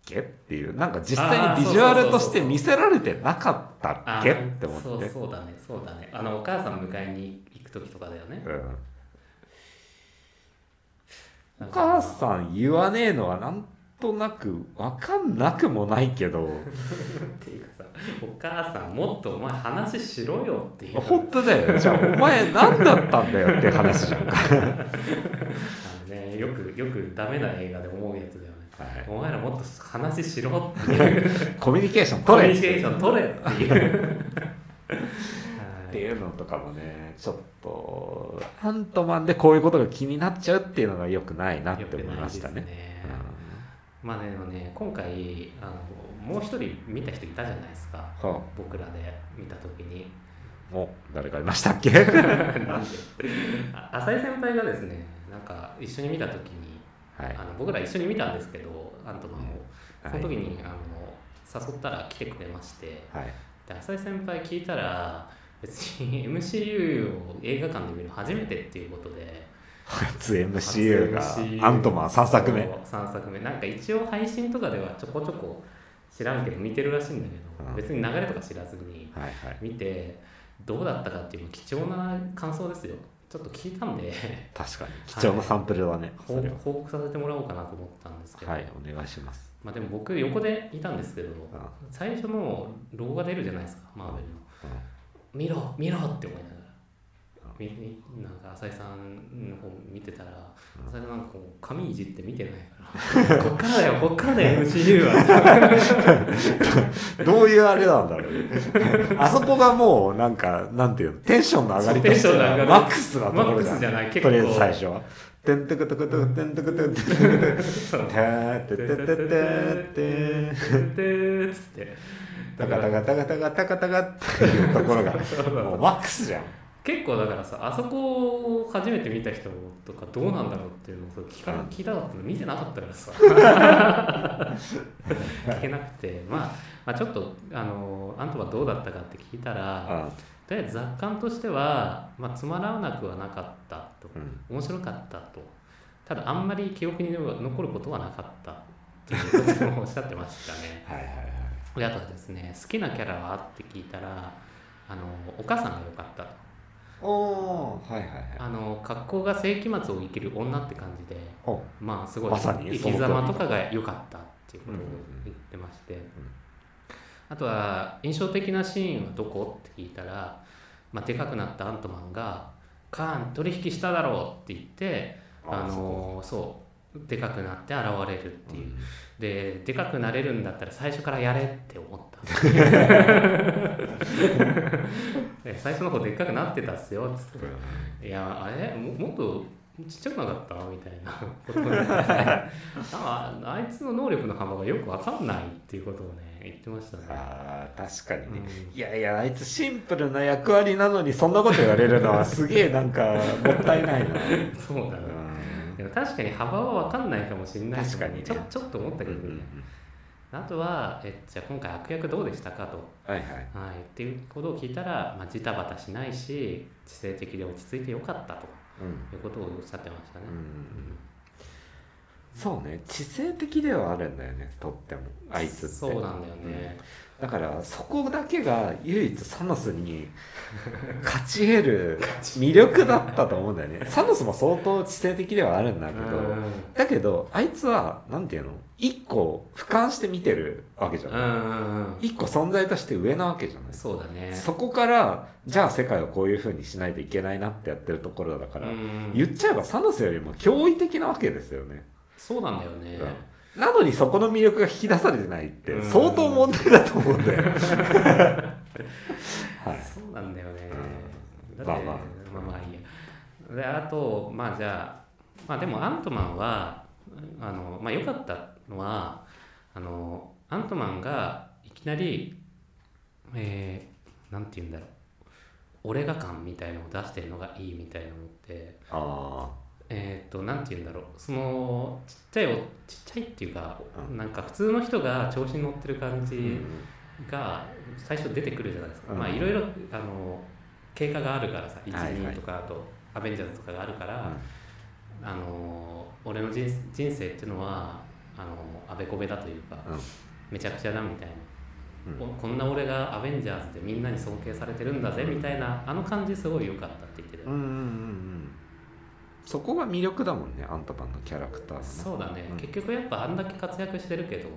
Speaker 6: けっていうなんか実
Speaker 3: あ
Speaker 6: 際
Speaker 3: ー
Speaker 6: にビジュア
Speaker 3: そ
Speaker 6: ル
Speaker 3: うそ
Speaker 6: と
Speaker 3: うそう
Speaker 6: して見せられてなかった
Speaker 3: あ
Speaker 6: っけって思って
Speaker 3: そうそうだねそうだねあのお母さん迎えに行く時とかだよね
Speaker 6: うん
Speaker 3: お
Speaker 6: お母さん言わねえのはなんとなく分かんなくもないけど
Speaker 3: っていうかさお母さんもっとお前話しろよっていう
Speaker 6: 本当だよじゃあお前何だったんだよって話じ ゃんか、
Speaker 3: あのねよくよくダメな映画で思うやつだよね
Speaker 6: はい
Speaker 3: お前らもっと話しろっていう
Speaker 6: コミュニケーション
Speaker 3: コミ
Speaker 6: 取
Speaker 3: ュ
Speaker 6: れ
Speaker 3: ニケーション取れっていう
Speaker 6: っ
Speaker 3: は
Speaker 6: て
Speaker 3: い
Speaker 6: いうのとかもねちょっとアントマンでこういうことが気になっちゃうっていうのがよくないなって
Speaker 3: よく
Speaker 6: 思い
Speaker 3: ない
Speaker 6: ま
Speaker 3: で
Speaker 6: し
Speaker 3: す
Speaker 6: たね
Speaker 3: ねまあでもね今回あのもう一人見た人いたじゃないですか
Speaker 6: うんは
Speaker 3: 僕らで見た時に
Speaker 6: あお誰かいましたっけはい
Speaker 3: なんであ浅井先輩がですねなんか一緒に見た時にあの僕ら一緒に見たんですけどアントマンをその時に、あの誘ったら来てくれまして
Speaker 6: はい
Speaker 3: で浅井先輩聞いたら別に MCU を映画館で見るの初めてっていうことで
Speaker 6: 初 MCU
Speaker 3: 初 MCU
Speaker 6: がアントマン3作目
Speaker 3: そう3作目なんか一応配信とかではちょこちょこ知らんけど見てるらしいんだけど、
Speaker 6: うん
Speaker 3: 別に流れとか知らずに
Speaker 6: はいはい
Speaker 3: 見てどうだったかっていう貴重な感想ですよちょっと聞いた んで
Speaker 6: 確かに貴重なサンプルだね、
Speaker 3: 報
Speaker 6: それは
Speaker 3: 報告させてもらおうかなと思ったんですけど、
Speaker 6: はいお願いします
Speaker 3: まあでも僕横でいたんですけど
Speaker 6: うんうん
Speaker 3: 最初のロゴが出るじゃないですかマーベルの見ろ見ろって思いながらみみなんか浅井さんの方見てたら
Speaker 6: うん
Speaker 3: 浅井さんなんかこう紙いじって見てない からこっからだよこっからだよ MCU は
Speaker 6: どういうあれなんだろうねあそこがもうなんかなんていうのテンションの上がりとして
Speaker 3: そうテンションの上が
Speaker 6: は
Speaker 3: り
Speaker 6: マックスなところ
Speaker 3: マックスじゃない結
Speaker 6: と
Speaker 3: 構
Speaker 6: りあえず最初は。てんてくてくてくてんてくてくてくてくて
Speaker 3: そう
Speaker 6: たーてててててて
Speaker 3: ーっつって
Speaker 6: たかたかたかたかたかたかっていうところがもうマックスじゃん。
Speaker 3: 結構だからさあそこを初めて見た人とかどうなんだろうっていうのをそう聞か
Speaker 6: うん
Speaker 3: 聞いたかったの見てなかったからさ 聞けなくて、まあ、まあちょっとあのあんたはどうだったかって聞いたら
Speaker 6: あ
Speaker 3: とりあえず雑感としては、まあ、つまらなくはなかったと
Speaker 6: うん
Speaker 3: 面白かったとただあんまり記憶に残ることはなかったということもおっしゃってましたね。
Speaker 6: はいはいはい。
Speaker 3: であとはですね好きなキャラはって聞いたらあのお母さんが良かったと。
Speaker 6: おおはいはいはい。
Speaker 3: あの格好が世紀末を生きる女って感じで
Speaker 6: お
Speaker 3: まあすごい
Speaker 6: まさに
Speaker 3: 生き様とかが良かったっていうことを言ってまして、あとは印象的なシーンはどこって聞いたら、まあ、でかくなったアントマンが「カーン取引しただろう」って言ってあ
Speaker 6: あそこ
Speaker 3: のそうでかくなって現れるっていう、
Speaker 6: うん
Speaker 3: ででかくなれるんだったら最初からやれって思った で最初の方でっかくなってたっすよっつっていやあれももっとちっちゃくなかったみたいなことにな ってああいつの能力の幅がよくわかんないっていうことをね言ってましたね。
Speaker 6: あー確かにね、
Speaker 3: う
Speaker 6: いやいやあいつシンプルな役割なのにそんなこと言われるのはすげえなんかもったいないな、
Speaker 3: そうだ
Speaker 6: う
Speaker 3: ね
Speaker 6: ん
Speaker 3: でも確かに幅はわかんないかもしれないけど
Speaker 6: 確かにね
Speaker 3: ちょちょっと思ったけどね、あとはえじゃあ今回悪役どうでしたかと、
Speaker 6: はいはい
Speaker 3: はい、っていうことを聞いたら、まあ、ジタバタしないし知性的で落ち着いてよかったと
Speaker 6: うん
Speaker 3: いうことをおっしゃってましたね
Speaker 6: う、んそうね知性的ではあるんだよねとってもあいつって
Speaker 3: そうなんだよね、
Speaker 6: だからそこだけが唯一サノスに 勝ち得る魅力だったと思うんだよねサノスも相当知性的ではあるんだけど、
Speaker 3: うん
Speaker 6: だけどあいつはなんていうの一個俯瞰して見てるわけじゃ
Speaker 3: う
Speaker 6: ない、
Speaker 3: んうんうん
Speaker 6: 一個存在として上なわけじゃない、
Speaker 3: そうだね
Speaker 6: そこからじゃあ世界をこういう風にしないといけないなってやってるところだから、
Speaker 3: うん
Speaker 6: 言っちゃえばサノスよりも驚異的なわけですよね、
Speaker 3: そうなんだよね、
Speaker 6: うんなのにそこの魅力が引き出されてないって
Speaker 3: うん
Speaker 6: 相当 問題だと思うんだよ、はい
Speaker 3: そうなんだよね、
Speaker 6: うん
Speaker 3: だって
Speaker 6: ま
Speaker 3: ま
Speaker 6: あま
Speaker 3: あま
Speaker 6: あ
Speaker 3: あいいやであとまあじゃあまあでもアントマンはあのまあ良かったのはあのアントマンがいきなりえー、なんて言うんだろう俺が感みたいのを出してるのがいいみたいなのって
Speaker 6: あ
Speaker 3: えーっとなんて言うんだろうそのちっちゃいおちっちゃいっていうか、
Speaker 6: うん
Speaker 3: なんか普通の人が調子に乗ってる感
Speaker 6: ー、
Speaker 3: じが最初出てくるじゃないですか、
Speaker 6: うん
Speaker 3: まあいろいろあの経過があるからさ
Speaker 6: はいはい
Speaker 3: 12とかあとアベンジャーズとかがあるから、あの俺の人人生っていうのはあのあべこべだというか、
Speaker 6: うん
Speaker 3: めちゃくちゃだみたいな、
Speaker 6: うん
Speaker 3: おこんな俺がアベンジャーズでみんなに尊敬されてるんだぜみたいなあの感じすごい良かったって言ってた
Speaker 6: うんうんうんうんそこが魅力だもんねアントマンのキャラクターはね
Speaker 3: そうだね、
Speaker 6: ん
Speaker 3: 結局やっぱあんだけ活躍してるけど、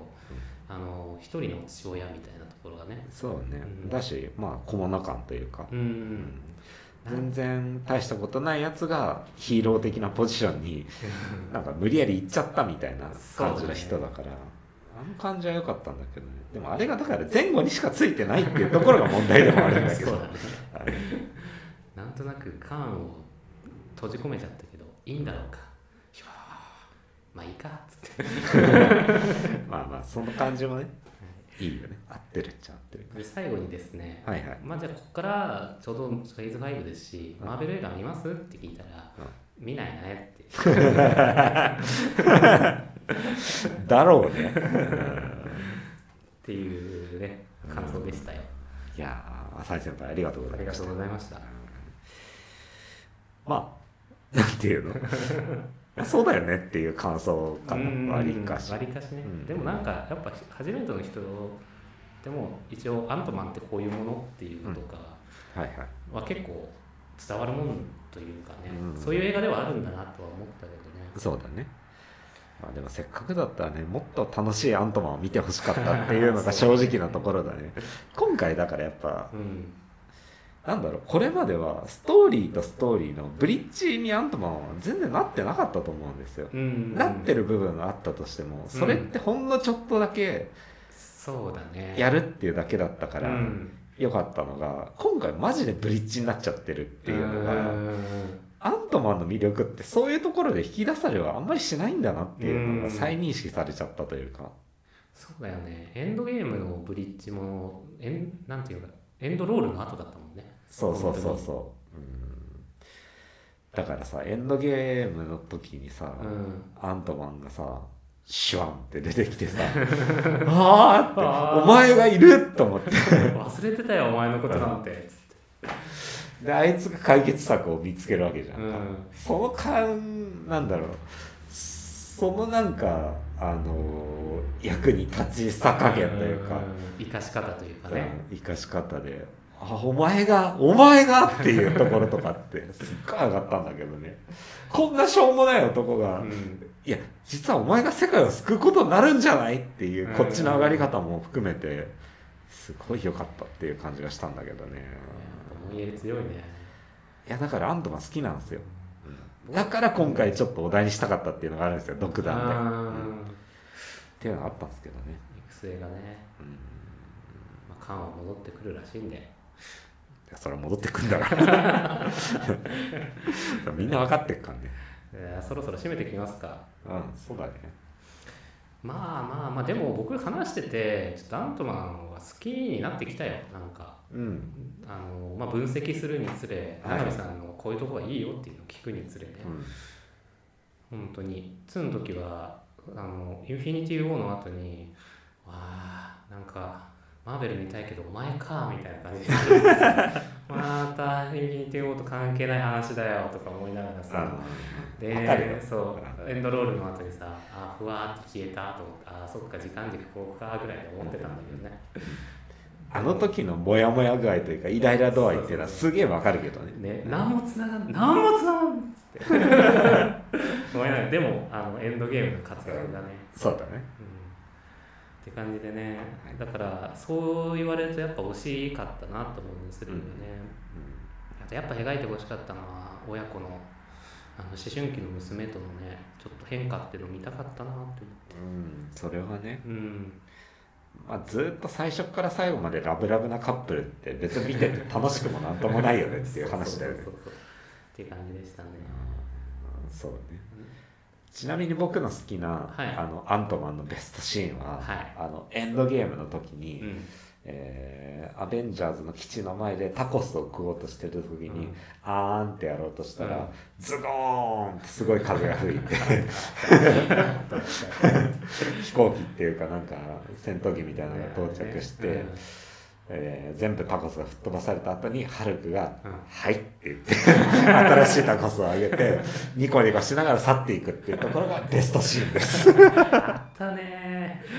Speaker 3: あの一人の父親みたいなところがね
Speaker 6: そうね、
Speaker 3: うん
Speaker 6: だしまあ小物感というか、
Speaker 3: うん、
Speaker 6: 全然大したことないやつがヒーロー的なポジションになんか無理やり行っちゃったみたいな感じの人だからあの感じは良かったんだけどねでもあれがだから前後にしかついてないっていうところが問題で もあるんだけど
Speaker 3: そうだね
Speaker 6: あれ
Speaker 3: なんとなくカーンを閉じ込めちゃったけどいいんだろうかひょーまあいいかっつって
Speaker 6: まあまあその感じもねいいよね合ってるっちゃ合ってる
Speaker 3: で最後にですね、
Speaker 6: はいはい
Speaker 3: まあじゃあここからちょうどフェーズ5ですし、マーベル映画見ますって聞いたら、見ないねって
Speaker 6: だろうね
Speaker 3: っていうね感想でしたよ、
Speaker 6: いやー浅井先輩ありがとうござ
Speaker 3: あ
Speaker 6: い
Speaker 3: り
Speaker 6: ま
Speaker 3: が
Speaker 6: し
Speaker 3: と
Speaker 6: た
Speaker 3: うございました
Speaker 6: まあなんて いうのまあそうだよねっていう感想かなわりかし
Speaker 3: 割りかしね、
Speaker 6: うん
Speaker 3: でもなんかやっぱ初めての人でも一応アントマンってこういうものっていうのとか
Speaker 6: はいはい
Speaker 3: は結構伝わるもんというかね、
Speaker 6: うん
Speaker 3: そういう映画ではあるんだなとは思ったけどね
Speaker 6: そうだね。まあでもせっかくだったらね、もっと楽しいアントマンを見てほしかったっていうのが正直なところだね。今回だからやっぱ、
Speaker 3: うん
Speaker 6: なんだろう、これまではストーリーとストーリーのブリッジにアントマンは全然なってなかったと思うんですよ。
Speaker 3: うん
Speaker 6: なってる部分があったとしても、それってほんのちょっとだけ
Speaker 3: そうだね
Speaker 6: や
Speaker 3: る
Speaker 6: るっていうだけだったか
Speaker 3: から
Speaker 6: 良かったのが、今回マジでブリッジになっちゃってるっていうのが、アントマンの魅力ってそういうところで引き出されはあんまりしないんだなっていうのが
Speaker 3: うん
Speaker 6: 再認識されちゃったというか、
Speaker 3: そうだよねエンドゲームのブリッジもエンなんていうかエンドロールの後だったもんね
Speaker 6: そうそうそうそう、うん、だからさエンドゲームの時にさ、
Speaker 3: うん
Speaker 6: アントマンがさシュワンって出てきて さああってお前がいると思って
Speaker 3: 忘れてたよお前のことなんてつって
Speaker 6: であいつが解決策を見つけるわけじゃんか、
Speaker 3: うん
Speaker 6: その感なんだろうそのなんかあの役に立ちさ加減というか、
Speaker 3: ん生かし方というかね、
Speaker 6: うん生かし方で「あお前がお前が!」っていうところとかって すっごい上がったんだけどねこんなしょうもない男が「
Speaker 3: うん
Speaker 6: いや実はお前が世界を救うことになるんじゃない?」っていうこっちの上がり方も含めてすごい良かったっていう感じがしたんだけどね
Speaker 3: 思いやり強いね
Speaker 6: いやだからアントマン好きなんですよだから今回ちょっとお題にしたかったっていうのがあるんですよ独断で、うんっ
Speaker 3: うん
Speaker 6: ていうのがあったんですけどね、
Speaker 3: 育成がね、
Speaker 6: うん、い
Speaker 3: まあ、缶は戻ってくるらしいんで
Speaker 6: やそれは戻ってくんだから みんな分かってっからね
Speaker 3: えーそろそろ締めてきますか
Speaker 6: うん、そうだね。
Speaker 3: まあまあまあでも僕話しててちょっとアントマンは好きになってきたよなんか
Speaker 6: うん。
Speaker 3: あの、まあ、分析するにつれ
Speaker 6: はい
Speaker 3: 名波さんのこういうとこがいいよっていうのを聞くにつれね、本当に2の時はあのインフィニティ・ウォーの後に「わあなんかマーベル見たいけどお前か」みたいな感じで またインフィニティ・ウォーと関係ない話だよとか思いながら
Speaker 6: あ
Speaker 3: さ
Speaker 6: のわかるよ
Speaker 3: でそうエンドロールの後にさ「あふわーって消えた」と思って「あそっか時間軸こうか」ぐらいで思ってたんだけどね
Speaker 6: あの時のモヤモヤ具合というかイライラ度合いっていうのはすげえわかるけどね。
Speaker 3: ね何もつながん何もつながんっつ ってごめんなさいでもあのエンドゲームの活躍がね
Speaker 6: そうだね。
Speaker 3: うんって感じでね
Speaker 6: はい
Speaker 3: だからそう言われるとやっぱ惜しかったなと思うんですけどね、あとやっぱ描いてほしかったのは親子のあの思春期の娘とのねちょっと変化っていうの見たかったなって思
Speaker 6: うん、それはね、
Speaker 3: ううん
Speaker 6: まあ、ずっと最初から最後までラブラブなカップルって別に見てて楽しくもなんともないよねっていう話だよね
Speaker 3: そうそうそうそうっていう感じでしたね。
Speaker 6: そうねちなみに僕の好きな、
Speaker 3: はい
Speaker 6: あのアントマンのベストシーンは、
Speaker 3: はい
Speaker 6: あのエンドゲームの時
Speaker 3: う
Speaker 6: に、
Speaker 3: ん、
Speaker 6: えーアベンジャーズの基地の前でタコスを食おうとしてる時に、
Speaker 3: うん
Speaker 6: あーんってやろうとしたら、
Speaker 3: うん
Speaker 6: ズゴーンってすごい風が吹いて飛行機っていうかなんか戦闘機みたいなのが到着して、
Speaker 3: うん
Speaker 6: えー全部タコスが吹っ飛ばされた後にハルクが
Speaker 3: うん
Speaker 6: 「はい」って言って新しいタコスをあげてニコニコしながら去っていくっていうところがベストシーンです。
Speaker 3: あったね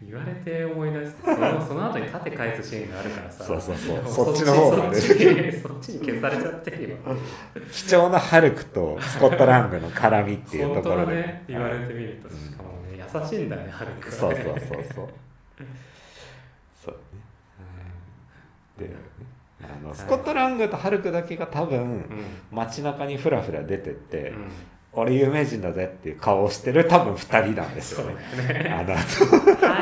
Speaker 3: ー言われて思い出したそのその後に縦返すシーンがあるからさ
Speaker 6: そうそうそう
Speaker 3: も
Speaker 6: そっちの方がね
Speaker 3: そっちにそっちに消されちゃってるよ
Speaker 6: 貴重なハルクとスコットランドの絡みっていう
Speaker 3: 本
Speaker 6: と
Speaker 3: 当
Speaker 6: ころ
Speaker 3: だ
Speaker 6: で、
Speaker 3: ね言われてみるとしかもね優しいんだねはるく
Speaker 6: そ
Speaker 3: は
Speaker 6: う
Speaker 3: ね
Speaker 6: そうそうそうそうねであのスコットランドとハルクだけが多
Speaker 3: う
Speaker 6: 分
Speaker 3: ん
Speaker 6: 街中にふらふら出てって、
Speaker 3: うん
Speaker 6: 俺有名人だぜっていう顔をしてる多分2人なんです
Speaker 3: そ
Speaker 6: よ
Speaker 3: うだ
Speaker 6: ね
Speaker 3: よね
Speaker 6: あの
Speaker 3: は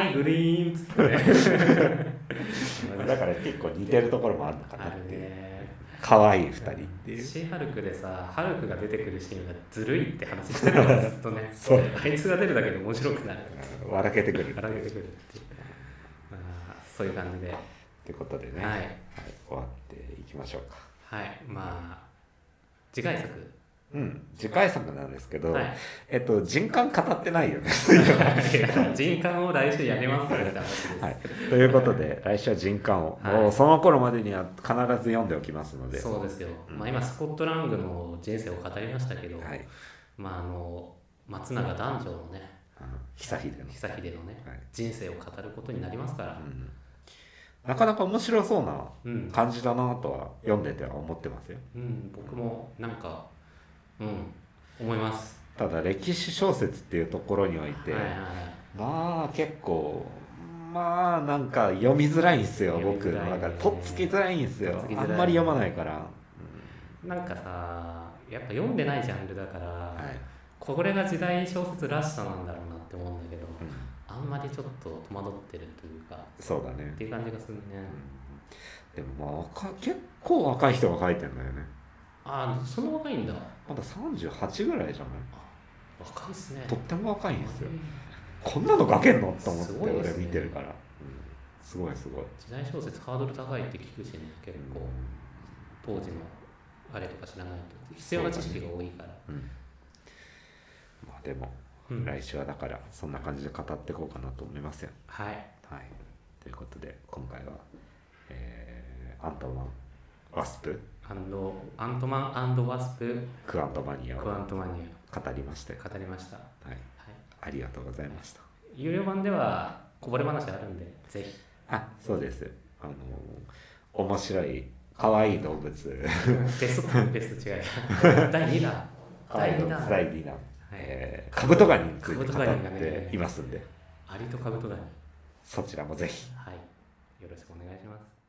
Speaker 3: いグリーンっつ ってね
Speaker 6: だから結構似てるところもあるのかな
Speaker 3: あ
Speaker 6: っ
Speaker 3: る
Speaker 6: ていう
Speaker 3: ね
Speaker 6: 可愛い二人っていう
Speaker 3: シーハルクでさハルクが出てくるシーンがずるいって話してたからずっとね
Speaker 6: そう
Speaker 3: あいつが出るだけで面白くなる
Speaker 6: 笑けてくるって
Speaker 3: 荒
Speaker 6: い
Speaker 3: げ
Speaker 6: う
Speaker 3: て
Speaker 6: っ
Speaker 3: くるっていうまあそういう感じで
Speaker 6: てことでね、
Speaker 3: はい
Speaker 6: 終わっていきましょうか
Speaker 3: はいまあ次回 作
Speaker 6: うん次回作なんですけど、
Speaker 3: はい
Speaker 6: えっと人感語ってないよ ね
Speaker 3: 人間を来週やりますみたいな話です、
Speaker 6: はい、ということで来週は人感を、
Speaker 3: はい
Speaker 6: もうその頃までには必ず読んでおきますので
Speaker 3: そうですよ、まあ、今スコットラングの人生を語りましたけど、
Speaker 6: はい、
Speaker 3: まああの松永男女のね
Speaker 6: あの久秀の、
Speaker 3: 久秀のね、
Speaker 6: はい
Speaker 3: 人生を語ることになりますか
Speaker 6: う
Speaker 3: ら、
Speaker 6: ん、なかなか面白そうな
Speaker 3: うん、
Speaker 6: 感じだなとは読んでては思ってますよ
Speaker 3: うん、僕もなんか、うん、思います。
Speaker 6: ただ歴史小説っていうところにおいて、
Speaker 3: はいはい
Speaker 6: まあ結構まあなんか読みづらいんですよ
Speaker 3: 読み
Speaker 6: 僕
Speaker 3: づらい
Speaker 6: な
Speaker 3: ね
Speaker 6: んかとっつきづらいんです
Speaker 3: と
Speaker 6: よ
Speaker 3: っつきづら
Speaker 6: あ
Speaker 3: い
Speaker 6: んまり読まないから、
Speaker 3: なんかさ、やっぱ読んでないジャンルだから、
Speaker 6: はい
Speaker 3: これが時代小説らしさなんだろうなって思うんだけど、
Speaker 6: うん
Speaker 3: あんまりちょっと戸惑ってるというか、
Speaker 6: そうだね
Speaker 3: っていう感じがするね。
Speaker 6: でもまあ若い結構若い人が書いてんだよね
Speaker 3: ああ、そんな若いんだ。
Speaker 6: まだ38ぐらいじゃな
Speaker 3: 若いっすね
Speaker 6: い。とっても若いんですよこんなの書けんのと思って
Speaker 3: すごいで
Speaker 6: 俺
Speaker 3: すね
Speaker 6: 見てるから、うんすごいすごい
Speaker 3: 時代小説ハードル高いって聞くしね、結構、当時のあれとか知らないと。必要な知識が多いから。
Speaker 6: まあでも、
Speaker 3: うん
Speaker 6: 来週はだからそんな感じで語っていこうかなと思いますよ
Speaker 3: はい。
Speaker 6: はい、ということで今回は、えーアントマンワスプ
Speaker 3: アンドアントマンワスプ
Speaker 6: クアントマニアを
Speaker 3: クアントマニ
Speaker 6: 語りましたよ
Speaker 3: ア語りました、は
Speaker 6: はい、ありがとうございました
Speaker 3: い、有料版ではこぼれ話があるんでぜひ
Speaker 6: あそうですあのー面白い可愛い動物
Speaker 3: ベストベスト違い 第2弾
Speaker 6: 可愛
Speaker 3: 第
Speaker 6: い動
Speaker 3: 2
Speaker 6: 物
Speaker 3: 弾
Speaker 6: 第2弾、えーカブトガニについて
Speaker 3: カブト
Speaker 6: 語
Speaker 3: ガニ
Speaker 6: っ
Speaker 3: がね
Speaker 6: ていますんで、
Speaker 3: アリとカブトガニ
Speaker 6: そちらもぜひ
Speaker 3: はいよろしくお願いします